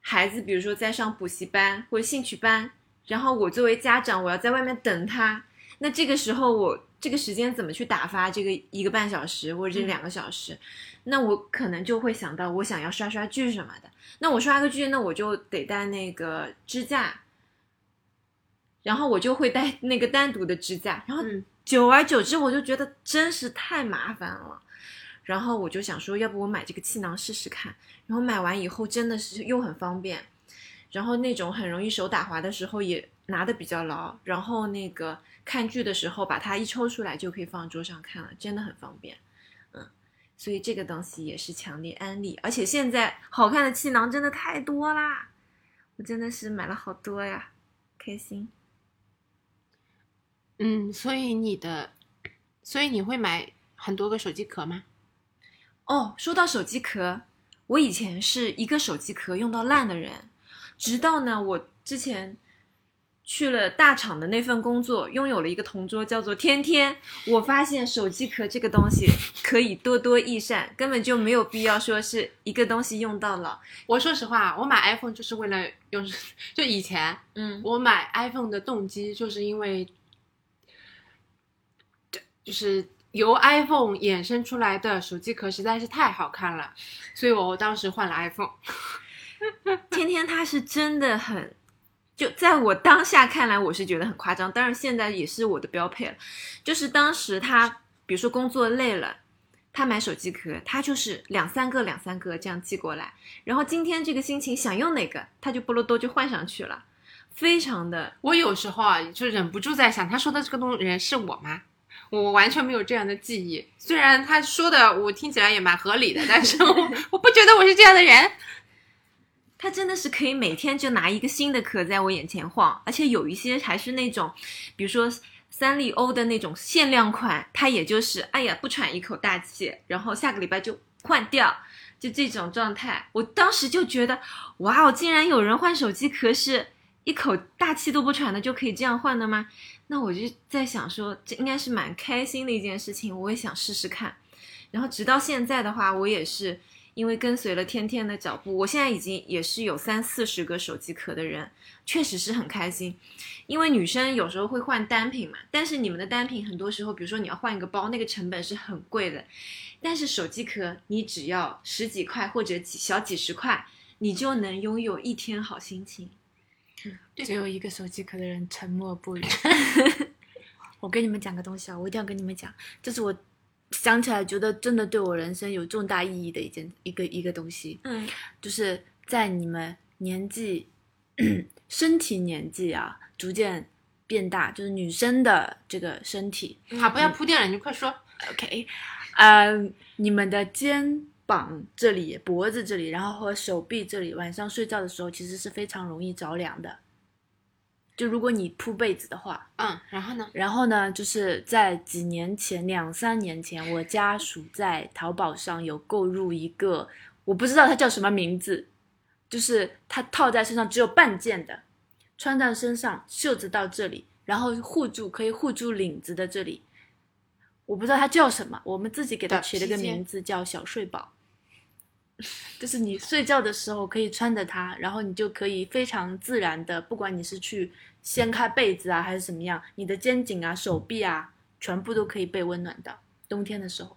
孩子，比如说在上补习班或者兴趣班，然后我作为家长，我要在外面等他，那这个时候我这个时间怎么去打发这个一个半小时或者嗯这两个小时？那我可能就会想到我想要刷刷剧什么的。那我刷个剧，那我就得带那个支架，然后我就会带那个单独的支架，然后嗯久而久之，我就觉得真是太麻烦了。然后我就想说，要不我买这个气囊试试看。然后买完以后真的是又很方便，然后那种很容易手打滑的时候也拿的比较牢，然后那个看剧的时候把它一抽出来就可以放桌上看了，真的很方便。嗯，所以这个东西也是强烈安利，而且现在好看的气囊真的太多啦，我真的是买了好多呀，开心。嗯，所以你的，所以你会买很多个手机壳吗？哦，说到手机壳，我以前是一个手机壳用到烂的人，直到呢我之前去了大厂的那份工作，拥有了一个同桌叫做天天，我发现手机壳这个东西可以多多益善，根本就没有必要说是一个东西用到老。我说实话，我买 iPhone 就是为了用， *laughs* 就以前嗯我买 iPhone 的动机就是因为，这就是由 iPhone 衍生出来的手机壳实在是太好看了，所以我当时换了 iPhone。天天他是真的很，就在我当下看来，我是觉得很夸张，当然现在也是我的标配了。就是当时他，比如说工作累了，他买手机壳，他就是两三个两三个这样寄过来，然后今天这个心情想用哪个，他就波罗多就换上去了，非常的我有时候啊，就忍不住在想，他说的这个东人是我吗？我我完全没有这样的记忆，虽然他说的我听起来也蛮合理的，但是我 *laughs* 我不觉得我是这样的人。它真的是可以每天就拿一个新的壳在我眼前晃，而且有一些还是那种，比如说三丽鸥的那种限量款，它也就是哎呀不喘一口大气，然后下个礼拜就换掉，就这种状态。我当时就觉得，哇哦，竟然有人换手机壳是一口大气都不喘的就可以这样换的吗？那我就在想说，这应该是蛮开心的一件事情，我也想试试看。然后直到现在的话，我也是因为跟随了天天的脚步，我现在已经也是有三四十个手机壳的人，确实是很开心。因为女生有时候会换单品嘛，但是你们的单品很多时候，比如说你要换一个包，那个成本是很贵的，但是手机壳你只要十几块或者几小几十块，你就能拥有一天好心情。只有一个手机壳的人沉默不语。我跟你们讲个东西啊，我一定要跟你们讲，这是我想起来觉得真的对我人生有重大意义的一件一个一个东西，嗯，就是在你们年纪、 *clears throat* 身体年纪啊逐渐变大，就是女生的这个身体好，不要铺垫了，你就快说。 ，OK，嗯，你们的肩膀这里、脖子这里，然后和手臂这里，晚上睡觉的时候其实是非常容易着凉的，就如果你铺被子的话，嗯，然后呢？然后呢，就是在几年前，两三年前，我家属在淘宝上有购入一个，我不知道它叫什么名字，就是它套在身上只有半件的，穿在身上，袖子到这里，然后护住可以护住领子的这里，我不知道它叫什么，我们自己给它短取了个披肩名字叫小睡宝。 *laughs* 就是你睡觉的时候可以穿着它，然后你就可以非常自然的，不管你是去掀开被子啊还是怎么样，你的肩颈啊、手臂啊，全部都可以被温暖到。冬天的时候，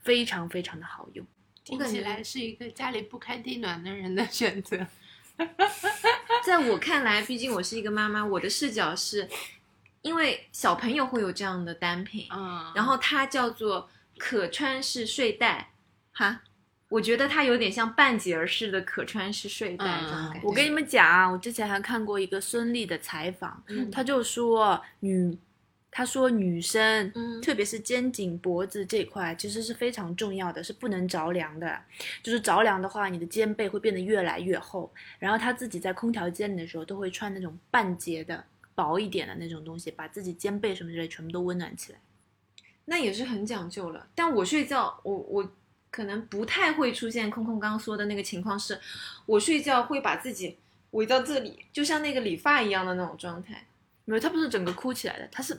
非常非常的好用。听感起觉来是一个家里不开地暖的人的选择。在我看来，毕竟我是一个妈妈，我的视角是，因为小朋友会有这样的单品， *laughs* 嗯，然后它叫做可穿式睡袋，哈，我觉得它有点像半截儿式的可穿式睡袋这种嗯感觉。我跟你们讲啊，我之前还看过一个孙俪的采访，嗯她就说女，她说女生，嗯特别是肩颈、脖子这块，其实是非常重要的，是不能着凉的。就是着凉的话，你的肩背会变得越来越厚。然后她自己在空调间里的时候，都会穿那种半截的、薄一点的那种东西，把自己肩背什么之类全部都温暖起来。那也是很讲究了。但我睡觉，我我可能不太会出现空空刚刚说的那个情况是，我睡觉会把自己围到这里，就像那个理发一样的那种状态。没有，她不是整个箍起来的，她是，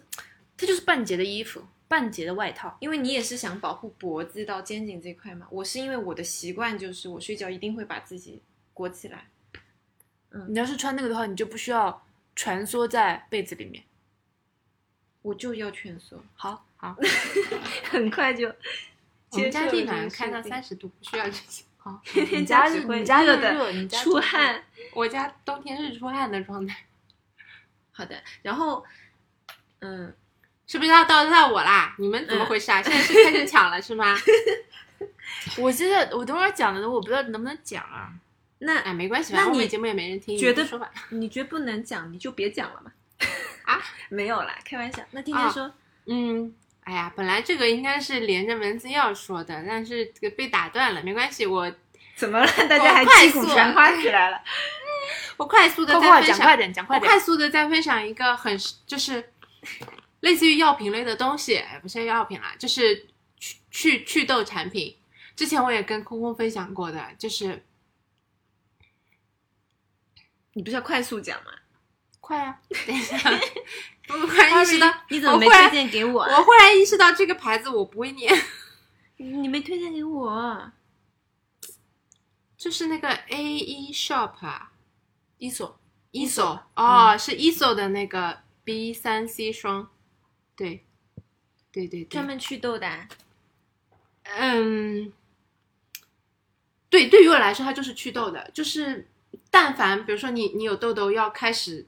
她就是半截的衣服，半截的外套。因为你也是想保护脖子到肩颈这块嘛。我是因为我的习惯就是我睡觉一定会把自己裹起来。你要是穿那个的话，你就不需要蜷缩在被子里面。我就要蜷缩，好好很快就我们接家受了地这个暖设开到定 *laughs* 三十度，不需要这些。 *laughs* 好，天天你家只是会你家热是的热，你家出是热汗。我家冬天是出汗的状态，好的，然后，嗯，是不是要到到我啦？你们怎么回事啊？现在是开始抢了是 *laughs* 吗？我现在我等会儿讲的，我不知道能不能讲啊。那哎，没关系吧，那你后面节目也没人听，觉得你就说吧。你觉不能讲，你就别讲了嘛。啊，没有啦，开玩笑。那天天啊说，嗯，哎呀，本来这个应该是连着文字要说的，但是这个被打断了，没关系，我怎么了？大家还快击鼓速啊传花起来了。我快速的快再快分讲享，快点，讲快我点。快速的再分享一个很就是类似于药品类的东西，哎不是药品啦，就是去去祛痘产品。之前我也跟空空分享过的，就是你不是要快速讲吗？快啊，等一下，我忽然意识到，你我忽然荐给我我忽然意识到这个牌子我不会念，你没推荐给我。就是那个 A E Shop 啊伊索，嗯，ESO 哦，是 ESO 的那个 B 三 C 霜，对，对对对专，门祛痘的啊，嗯，对，对于我来说，它就是祛痘的，就是但凡比如说你你有痘痘要开始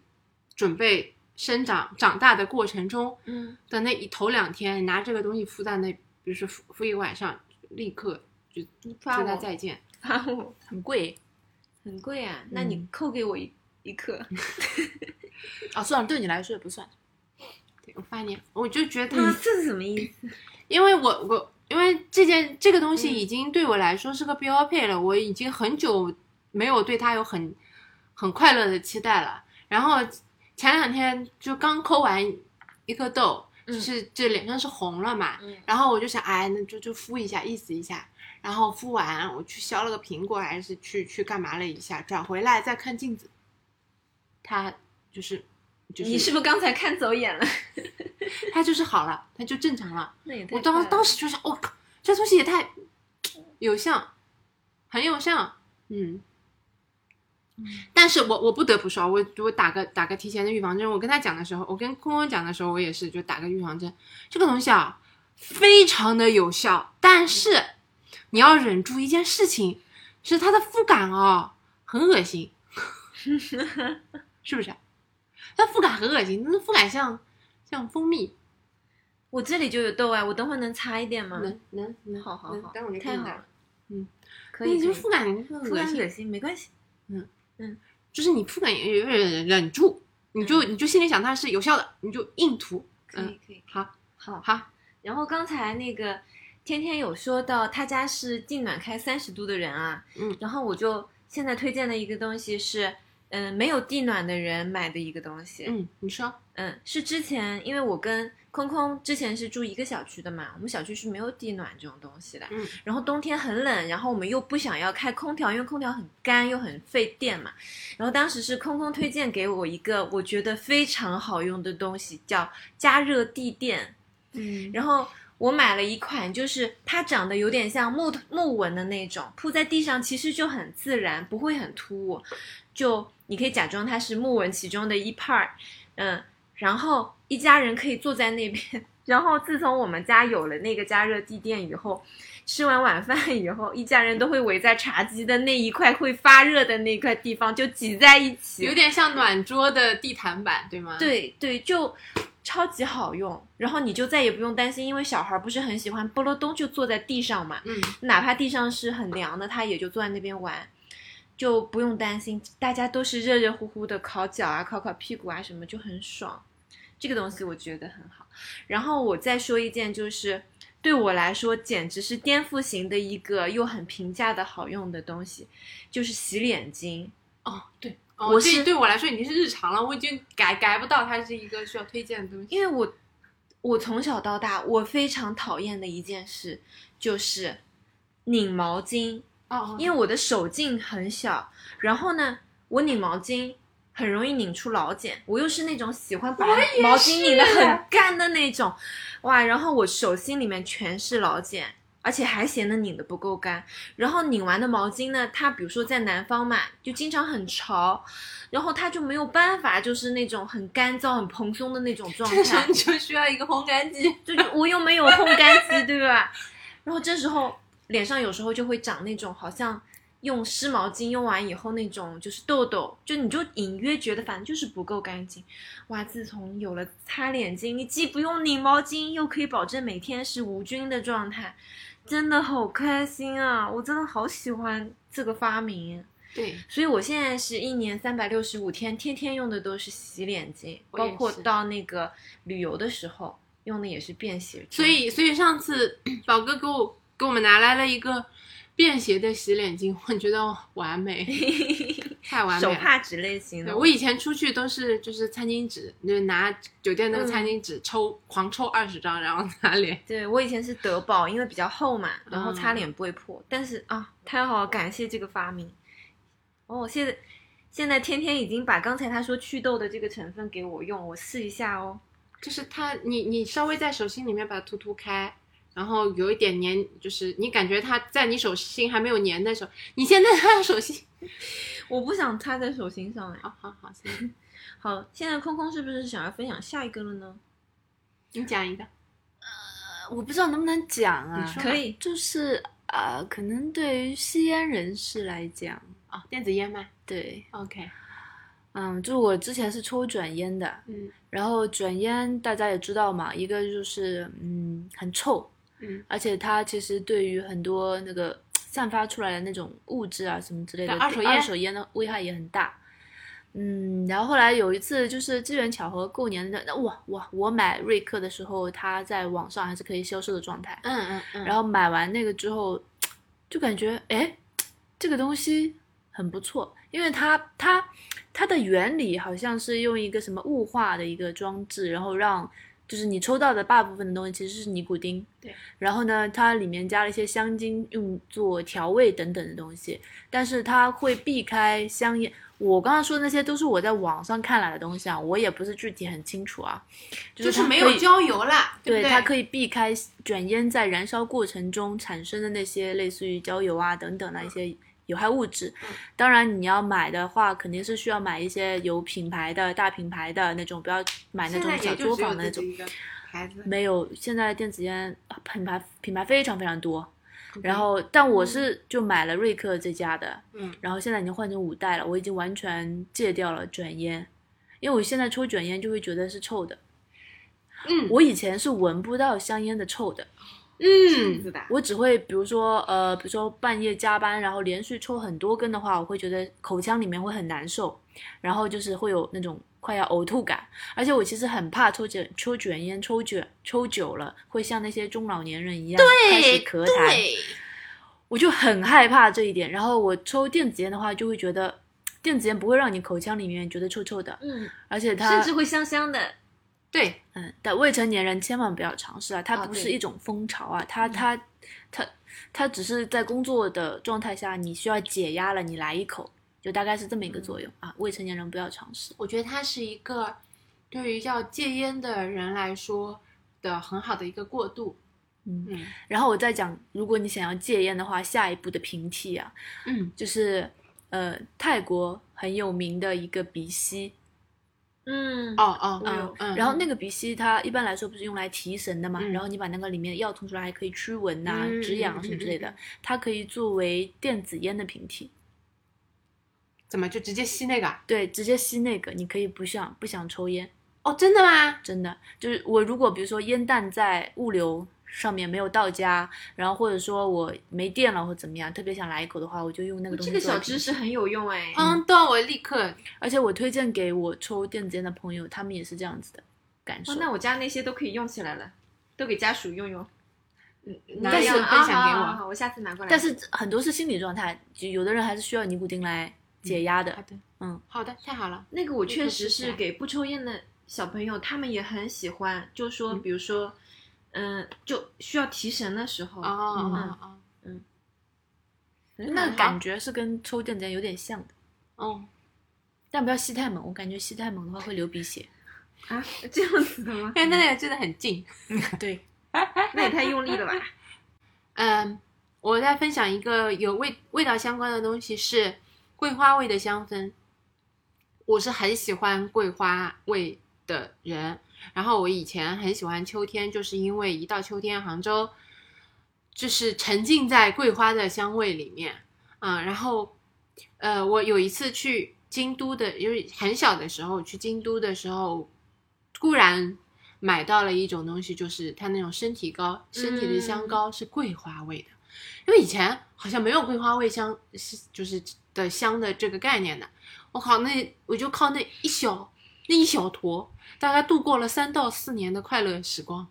准备生长长大的过程中嗯，的那一头两天，你拿这个东西敷在那比如说付付一个晚上，立刻就你发跟他我，再见。 *laughs* 发我，很贵很贵啊，那你扣给我一一克，啊、哦，算了，对你来说也不算。嗯对我发你，我就觉得他一克什么意思？因为我我因为这件这个东西已经对我来说是个标配了，我已经很久没有对它有很很快乐的期待了。然后前两天就刚抠完一颗痘，嗯就是这脸上是红了嘛，嗯然后我就想，哎，那就就敷一下，意思一下。然后敷完，我去削了个苹果，还是去去干嘛了一下，转回来再看镜子，它就是就是你是不是刚才看走眼了？它就是好了，它就正常了。 *laughs* 那也太我当快了当时就想，我、靠，这东西也太有像，很有像，嗯。嗯但是我我不得不说，我我打个打个提前的预防针。我跟他讲的时候，我跟空空讲的时候，我也是就打个预防针。这个东西啊，非常的有效，但是你要忍住一件事情，是它的肤感哦，很恶 *laughs* 心，是不是？啊它肤感很恶心，那肤感像像蜂蜜，我这里就有痘啊，我等会儿能擦一点吗？能能能，好好能好待会儿就给太你好拿了可可以，以，就可是以肤感很突恶然心，恶心没关系，就是你肤感也有点忍住，你就嗯你就心里想它是有效的，你就硬涂。可以嗯，可以。好，好，好，然后刚才那个天天有说到他家是进暖开三十度的人啊，嗯，然后我就现在推荐的一个东西是，嗯，没有地暖的人买的一个东西，嗯，你说，嗯，是之前因为我跟空空之前是住一个小区的嘛，我们小区是没有地暖这种东西的。嗯，然后冬天很冷，然后我们又不想要开空调，因为空调很干又很费电嘛。然后当时是空空推荐给我一个我觉得非常好用的东西，叫加热地垫。嗯，然后我买了一款，就是它长得有点像木木纹的那种，铺在地上其实就很自然，不会很突兀。就你可以假装它是木纹其中的一 part，嗯，然后一家人可以坐在那边。 *laughs* 然后自从我们家有了那个加热地垫以后，吃完晚饭以后，一家人都会围在茶几的那一块会发热的那块地方就挤在一起，有点像暖桌的地毯版，对吗？，对对，就超级好用。然后你就再也不用担心，因为小孩儿不是很喜欢波罗东就坐在地上嘛，嗯，哪怕地上是很凉的，他也就坐在那边玩，就不用担心。大家都是热热乎乎的烤脚啊、烤烤屁股啊什么，就很爽。这个东西我觉得很好。然后我再说一件，就是对我来说简直是颠覆型的一个又很平价的好用的东西，就是洗脸巾。哦，对，哦、我这是对我来说已经是日常了，我已经改改不到它是一个需要推荐的东西。因为我我从小到大，我非常讨厌的一件事就是拧毛巾，哦，因为我的手劲很小，然后呢，我拧毛巾很容易拧出老茧，我又是那种喜欢把毛巾拧得很干的那种，哇，然后我手心里面全是老茧。而且还显得拧得不够干，然后拧完的毛巾呢，它比如说在南方嘛，就经常很潮，然后它就没有办法，就是那种很干燥、很蓬松的那种状这态。个时候你就需要一个烘干机。就是我又没有烘干机，对吧？然后这时候脸上有时候就会长那种好像用湿毛巾用完以后那种就是痘痘，就你就隐约觉得反正就是不够干净。哇，自从有了擦脸巾，你既不用拧毛巾，又可以保证每天是无菌的状态，真的好开心啊！我真的好喜欢这个发明。 *laughs* 对，所以我现在是一年三百六十五天，天天用的都是洗脸巾，我也包是括到那个旅游的时候用的也是便携装。所以所以上次 *clears throat* 宝哥给我给我们拿来了一个便携的洗脸巾，我觉得哦完美，太完美 *laughs* 手了。帕纸类型对的，我以前出去都是就是餐巾纸，就是拿酒店那个餐嗯巾纸抽、狂抽二十张，然后拿脸。对我以前是德宝，因为比较厚嘛，然嗯后擦脸不会破。但是啊，太好了，感谢这个发明。哦，现在现在天天已经把刚才他说祛痘的这个成分给我用，我试一下哦。就是它，你你稍微在手心里面把它涂涂开，然后有一点粘，就是你感觉它在你手心还没有粘的时候，你现在它手心， *laughs* 我不想擦在手心上哎。好好好，行好，现在空空是不是想要分享下一个了呢？你讲一个，我不知道能不能讲你啊，说吧可以就是呃，可能对于吸烟人士来讲，哦，电子烟吗对， ？OK，嗯，就是我之前是抽转烟的，嗯然后卷烟大家也知道嘛，一个就是嗯很臭，嗯，而且它其实对于很多那个散发出来的那种物质啊什么之类的，对二手对烟二手烟的危害也很大。嗯，然后后来有一次就是机缘巧合过年的，那哇哇，我买瑞克的时候，它在网上还是可以销售的状态。嗯嗯嗯，然后买完那个之后，就感觉哎，这个东西很不错，因为它它它的原理好像是用一个什么雾化的一个装置，然后让就是你抽到的大部分的东西其实是尼古丁，对，然后呢，它里面加了一些香精用作调味等等的东西，但是它会避开香烟。我刚刚说的那些都是我在网上看来的东西啊，我也不是具体很清楚啊，就是它没可有以焦油啦，对，不它可以避开卷烟在燃烧过程中产生的那些类似于焦油啊等等的一些有害物质。嗯当然，你要买的话，肯定是需要买一些有品牌的、大品牌的那种，不要买那现种在小也就作只有坊的这那种。一个牌子，没有，现在电子烟品牌品牌非常非常多。然后，但我是就买了瑞克这家的，嗯，然后现在已经换成五代了，我已经完全戒掉了卷烟，因为我现在抽卷烟就会觉得是臭的。嗯我以前是闻不到香烟的臭的，嗯，是的，我只会比如说呃，比如说半夜加班，然后连续抽很多根的话，我会觉得口腔里面会很难受，然后就是会有那种快要呕吐感。而且我其实很怕抽卷抽卷烟，抽卷抽久了会像那些中老年人一样开始咳痰，对，我就很害怕这一点。然后我抽电子烟的话，就会觉得电子烟不会让你口腔里面觉得臭臭的，嗯，而且它甚至会香香的。对，嗯，但未成年人千万不要尝试啊，它啊不是对一种风潮啊，它嗯它它它只是在工作的状态下，你需要解压了，你来一口，就大概是这么一个嗯作用啊。未成年人不要尝试，我觉得它是一个对于要戒烟的人来说的很好的一个过渡。嗯。嗯然后我再讲，如果你想要戒烟的话，下一步的平替啊，嗯，就是呃，泰国很有名的一个鼻息，嗯，哦哦我嗯有嗯，然后那个鼻息它一般来说不是用来提神的嘛，嗯然后你把那个里面的药吐出来，还可以驱蚊呐、嗯止痒嗯啊什么之类的嗯，它可以作为电子烟的平替。怎么就直接吸那个？啊对，直接吸那个，你可以不想不想抽烟，哦，真的吗？真的就是我如果比如说烟弹在物流上面没有到家，然后或者说我没电了或怎么样，特别想来一口的话，我就用那个东西。这个小知，识很有用哎。嗯，对，我立刻而且我推荐给我抽电子烟的朋友，他们也是这样子的感受。哦，那我家那些都可以用起来了，都给家属用用。拿嗯但一是个分享给啊好好我。好我下次拿过来。但是很多是心理状态，就有的人还是需要尼古丁来解压的。好的，嗯，好的，太好了。那个我这确个实不是行给不抽烟的小朋友，他们也很喜欢，就说嗯比如说，嗯，就需要提神的时候哦，哦嗯哦哦很那好个感觉是跟抽电子烟有点像的，哦，但不要吸太猛，我感觉吸太猛的话会流鼻 *laughs* 血。啊，这样子的 *laughs* 吗？因为哎那个真的很近。对，那也太用力了吧？嗯，我再分享一个有味味道相关的东西是桂花味的香氛，我是很喜欢桂花味的人。然后我以前很喜欢秋天，就是因为一到秋天，杭州就是沉浸在桂花的香味里面。嗯，然后呃，我有一次去京都的，因为很小的时候去京都的时候，突然买到了一种东西，就是它那种身体膏，身体的香膏是桂花味的，因为以前好像没有桂花味香是就是的香的这个概念的。我靠，那我就靠那一小那一小坨，大概度过了三到四年的快乐时光。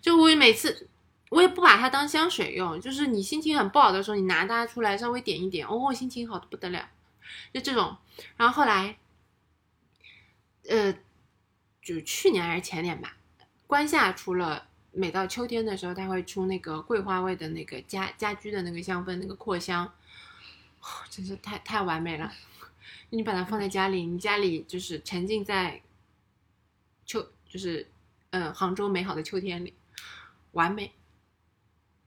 就我每次我也不把它当香水用，就是你心情很不好的时候，你拿它出来稍微点一点，哦，心情好的不得了，就这种。然后后来，呃，就是去年还是前年吧，关夏出了。每到秋天的时候，它会出那个桂花味的那个家家居的那个香氛，那个扩香，哦真是太太完美了。你把它放在家里，你家里就是沉浸在秋，就是嗯杭州美好的秋天里，完美，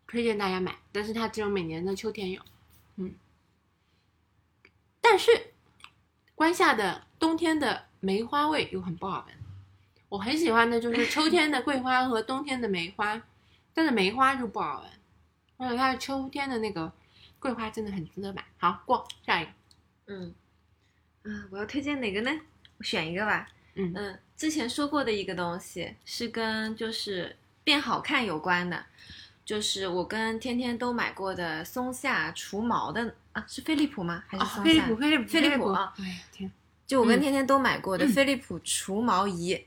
推荐大家买。但是它只有每年的秋天有，嗯。但是关夏的冬天的梅花味又很不好闻，我很喜欢的就是 *laughs* 秋天的桂花和冬天的梅花，但是梅花就不好闻。而且它的秋天的那个桂花真的很值得买。好，过下一个，嗯，啊，我要推荐哪个呢？我选一个吧。嗯嗯，之前说过的一个东西是跟就是变好看有关的，就是我跟天天都买过的松下除毛的啊，是飞利浦吗？还是松下？哦飞利浦，飞利浦，飞利利浦啊！哎呀天，就我跟嗯天天都买过的飞利浦除毛仪。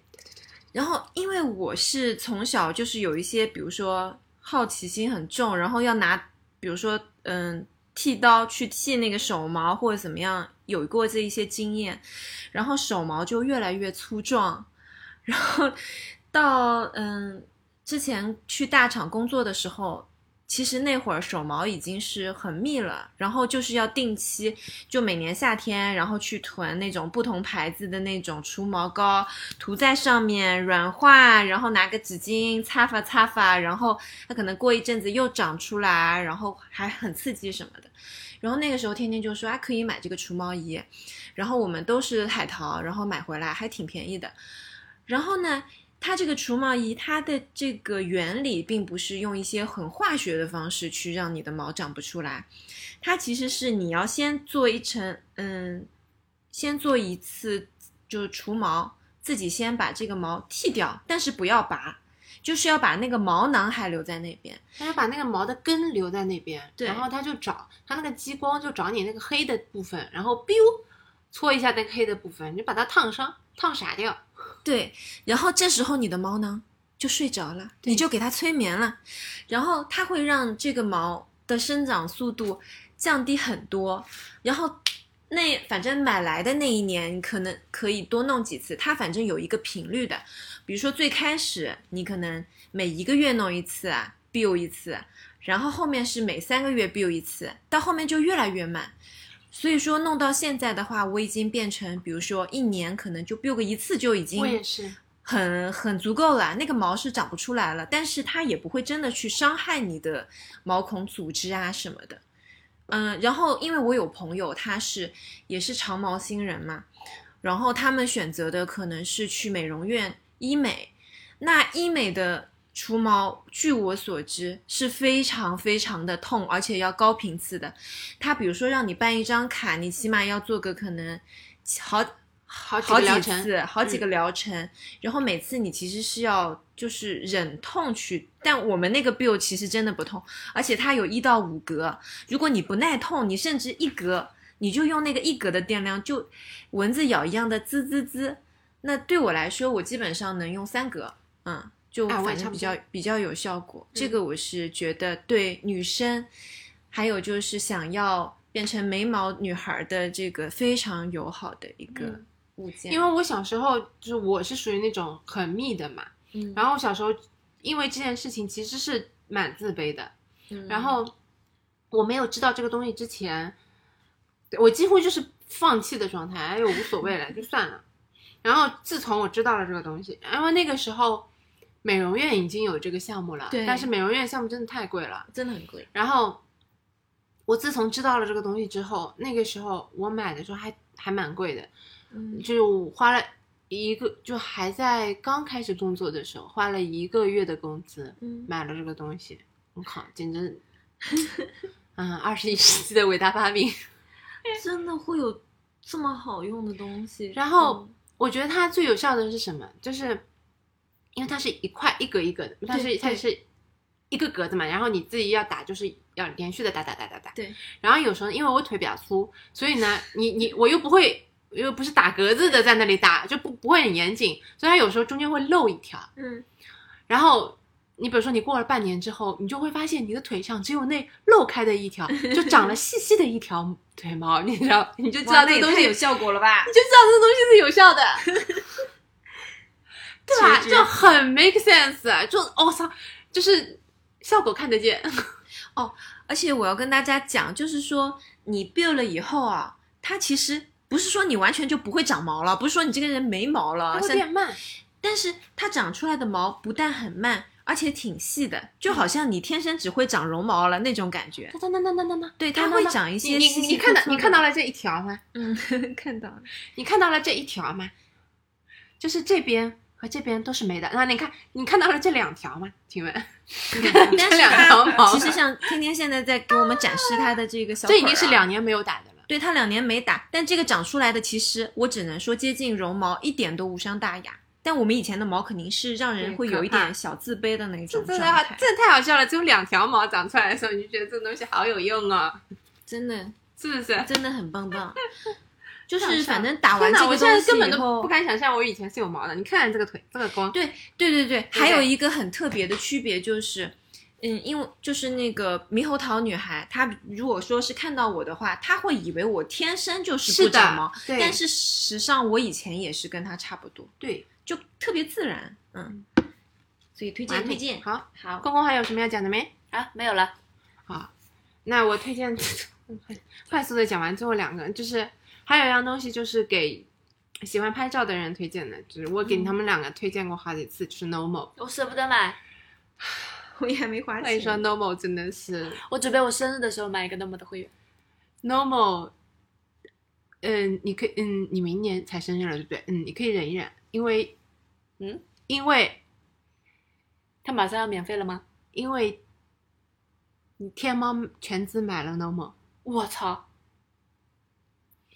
然后，因为我是从小就是有一些，比如说好奇心很重，然后要拿，比如说嗯剃刀去剃那个手毛或者怎么样，有过这一些经验，然后手毛就越来越粗壮，然后到嗯之前去大厂工作的时候，其实那会儿手毛已经是很密了，然后就是要定期，就每年夏天，然后去囤那种不同牌子的那种除毛膏，涂在上面软化，然后拿个纸巾擦发擦发，然后它可能过一阵子又长出来，然后还很刺激什么的。然后那个时候天天就说啊可以买这个除毛仪，然后我们都是海淘，然后买回来还挺便宜的。然后呢，它这个除毛仪它的这个原理并不是用一些很化学的方式去让你的毛长不出来，它其实是你要先做一层，嗯，先做一次就是除毛，自己先把这个毛剃掉，但是不要拔，就是要把那个毛囊还留在那边。他就把那个毛的根留在那边，对然后他就找他那个激光就找你那个黑的部分，然后 biu 搓一下那个黑的部分，你就把它烫伤，烫傻掉。对，然后这时候你的毛囊就睡着了，你就给它催眠了，然后它会让这个毛的生长速度降低很多，然后。那反正买来的那一年，你可能可以多弄几次，它反正有一个频率的，比如说最开始你可能每一个月弄一次啊，biu 一次，然后后面是每三个月 biu 一次，到后面就越来越慢。所以说弄到现在的话，我已经变成，比如说一年可能就 biu 个一次就已经我也是，很很足够了，那个毛是长不出来了，但是它也不会真的去伤害你的毛孔组织啊什么的。嗯，然后因为我有朋友他是也是长毛新人嘛，然后他们选择的可能是去美容院医美，那医美的除毛，据我所知是非常非常的痛，而且要高频次的。他比如说让你办一张卡，你起码要做个可能好好几个好疗几程嗯次，好几个疗程，然后每次你其实是要就是忍痛去，但我们那个 bill 其实真的不痛，而且它有一到五格，如果你不耐痛，你甚至一格，你就用那个一格的电量，就蚊子咬一样的滋滋滋。那对我来说，我基本上能用三格，嗯，就啊我也反差不正比较、多比较有效果。这个我是觉得对女生，还有就是想要变成眉毛女孩的这个非常友好的一个嗯物件，因为我小时候就是我是属于那种很密的嘛，嗯然后我小时候因为这件事情其实是蛮自卑的，嗯然后我没有知道这个东西之前，我几乎就是放弃的状态，哎呦无所谓了，就算了。然后自从我知道了这个东西，因为那个时候美容院已经有这个项目了，对但是美容院项目真的太贵了。真的很贵，然后我自从知道了这个东西之后，那个时候我买的时候还还蛮贵的，嗯就是我花了一个，就还在刚开始工作的时候，花了一个月的工资嗯，买了这个东西，我靠，简直，嗯，二十一世纪的伟大发明。真的会有这么好用的东西，嗯然后我觉得它最有效的是什么？就是因为它是一块一格一格的，它是对它对是一个格子嘛，然后你自己要打，就是要连续的打打打打打。对。然后有时候因为我腿比较粗，所以呢，你你我又不会。又不是打格子的，在那里打就不不会很严谨，所以它有时候中间会漏一条。嗯，然后你比如说你过了半年之后，你就会发现你的腿上只有那漏开的一条，就长了细细的一条腿毛，你知道，你就知道哇那这也个东太西有效果了吧你？就知道这东西是有效的， *laughs* 对吧？其实就很 make sense，啊就我操、就是效果看得见。而且我要跟大家讲，就是说你 build 了以后啊，它其实不是说你完全就不会长毛了，不是说你这个人没毛了，它会像变慢，但是它长出来的毛不但很慢，而且挺细的，就嗯好像你天生只会长绒毛了那种感觉。哒哒哒哒哒哒哒，对，哒它哒会哒长一你些你细细你看到粗粗你的看到了 *laughs* 这一条吗？嗯， *laughs* 看到了，你看到了这一条吗？就是这边和这边都是没的。那你看你看到了这两条吗？请问但这是两条它毛其实像天天现在在给我们展示它的这 *laughs* 个小腿这儿啊，已经是两年没有打的了。对它两年没打，但这个长出来的其实我只能说接近绒毛，一点都无伤大雅。但我们以前的毛肯定是让人对会有一可怕啊点小啊自卑的那这种真状的好态，真的太好笑了！只有两条毛长出来的时候，你就觉得这个东西好有用哦，真的是不是？真的很 *laughs* 棒棒。就太好是笑反了正打完天哪啊这个我东现在西根本以都后不敢想象我以前是有毛的。你看看这个腿，这个光，对对对对，还对有一个很特别的区别就是，嗯，因为就是那个猕猴桃女孩，她如果说是看到我的话，她会以为我天生就是是不的长毛，对但是实际上我以前也是跟她差不多，对，就特别自然，嗯。所以推荐完美推荐，好，好，公公还有什么要讲的没？啊，没有了。那我推荐， *laughs* 快速的讲完最后两个，就是还有一样东西，就是给喜欢拍照的人推荐的，就是我给他们两个推荐过好几次，就是 Nomo。我舍不得买， *laughs* 我也还没花我跟你说钱。 ，Nomo 真的是我准备我生日的时候买一个那么的会员。 Normal，嗯，你可以，嗯，你明年才生日了，对不对？嗯，你可以忍一忍，因为，嗯，因为它马上要免费了吗？因为你天猫全资买了 Normal，我操！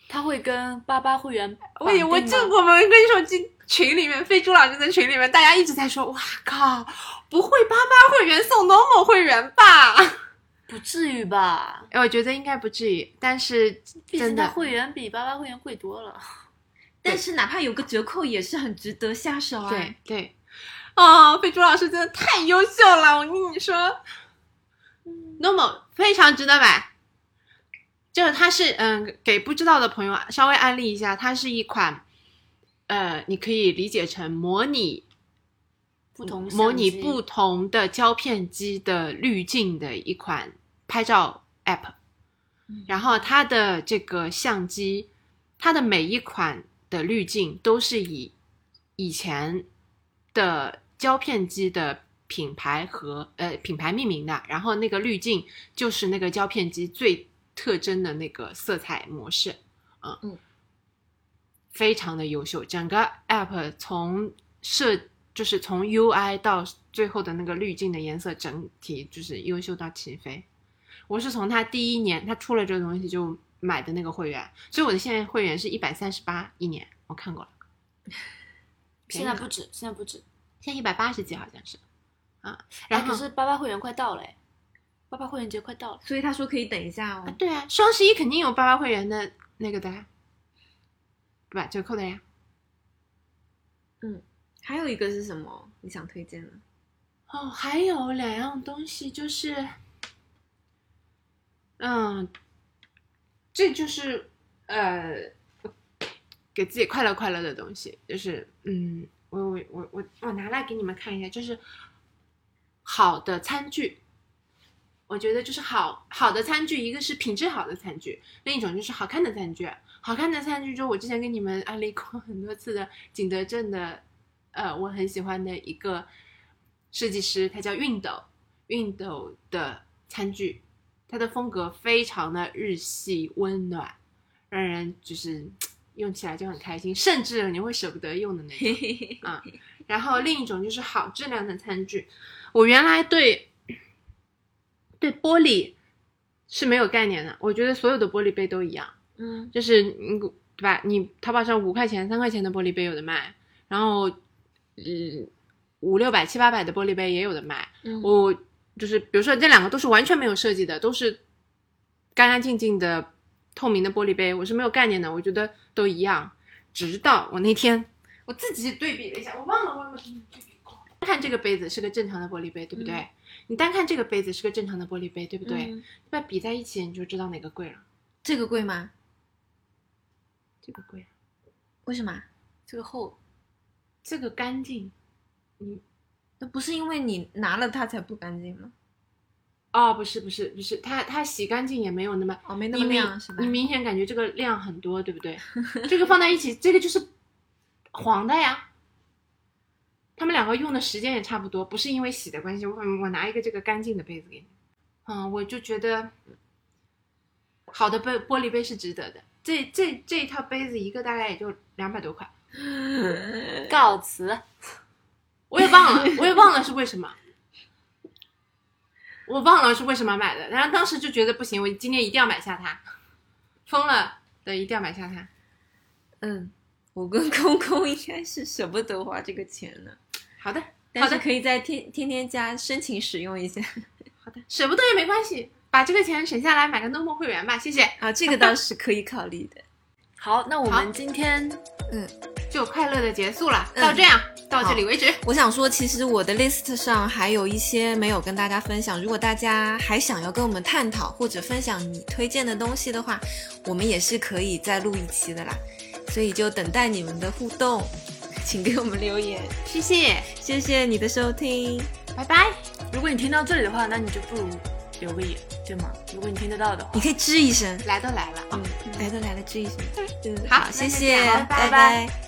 它会跟八八会员我也我绑定这吗我们跟你说，这群里面飞猪老师在群里面，大家一直在说，哇靠，不会八八会员送 Normal 会员吧？不至于吧？哎我觉得应该不至于，但是毕真竟它的会员比八八会员贵多了。但是哪怕有个折扣，也是很值得下手啊。对，对，哦，飞猪老师真的太优秀了，我跟你说，Normal 非常值得买。就是它是嗯，给不知道的朋友啊稍微安利一下，它是一款，呃，你可以理解成模拟不同嗯模拟相机不同的胶片机的滤镜的一款拍照 app，、然嗯后它的这个相机，它的每一款的滤镜都是以以前的胶片机的品牌和呃品牌命名的，然后那个滤镜就是那个胶片机最特征的那个色彩模式，嗯嗯非常的优秀，整个 app 从设就是从 UI 到最后的那个滤镜的颜色，整体就是优秀到起飞。我是从它第一年它出了这个东西就买的那个会员，所以我的现在会员是一百三十八一年，我看过了，现在不止，现在不止。现在一百八十几好像是啊。哎，然后、可是八八会员快到了，哎，八八会员节快到了。所以他说可以等一下啊哦，。对啊，双十一肯定有八八会员的那个的啊，对吧？折扣的呀。还有一个是什么？你想推荐的？哦，还有两样东西就是，嗯，这就是呃，给自己快乐快乐的东西，就是嗯，我我我我我拿来给你们看一下，就是好的餐具，我觉得就是好好的餐具，一个是品质好的餐具，另一种就是好看的餐具。好看的餐具就我之前跟你们安利过很多次的景德镇的，呃，我很喜欢的一个设计师，他叫熨斗，熨斗的餐具，它的风格非常的日系温暖，让人就是嘖用起来就很开心，甚至你会舍不得用的那种。啊，然后另一种就是好质量的餐具。我原来对对玻璃是没有概念的，我觉得所有的玻璃杯都一样， *laughs* 嗯，就是你对吧？你淘宝上五块钱、三块钱的玻璃杯有的卖，然后嗯五六百、七八百的玻璃杯也有的卖。嗯我就是比如说这两个都是完全没有设计的，都是干干净净的透明的玻璃杯，我是没有概念的，我觉得都一样。直到我那天 *laughs* 我自己对比了一下，我忘了忘了给你对比过。嗯单看这个杯子是个正常的玻璃杯，对不对？你单看这个杯子是个正常的玻璃杯，对不对？嗯那、比在一起你就知道哪个贵了。这个贵吗？这个贵，为什么？啊这个厚，这个干净。那不是因为你拿了它才不干净吗？哦，不是不是不是，它它洗干净也没有那么，哦，没那你么明亮是吧 *laughs* 你？明显感觉这个量很多，对不对？这个放在一起，这个就是黄的呀。他们两个用的时间也差不多，不是因为洗的关系。我我拿一个这个干净的杯子给你，嗯，我就觉得好的杯玻璃杯是值得的。这这这一套杯子一个大概也就两百多块，嗯告辞。我也忘了，我也忘了是为什么，我忘了是为什么买的。然后当时就觉得不行，我今天一定要买下它，疯了的一定要买下它。嗯，我跟公公应该是舍不得花这个钱呢。好的，但是可以在天天天家申请使用 *laughs* 一下好的，舍不得也没关系，把这个钱省下来买个 NoMo 会员吧，谢谢。啊，这个倒是可以考虑的。好，那我好们今天就快乐的结束了，嗯到这样，到这里为止。我想说，其实我的 list 上还有一些没有跟大家分享。如果大家还想要跟我们探讨或者分享你推荐的东西的话，我们也是可以再录一期的啦。所以就等待你们的互动，请给我们留言。谢谢，谢谢你的收听，拜拜。如果你听到这里的话，那你就不如留个言，对吗？如果你听得到的话你，可以吱一声，来都来了啊。嗯，来都来了，吱一声。嗯，好谢那就这谢样，拜拜拜拜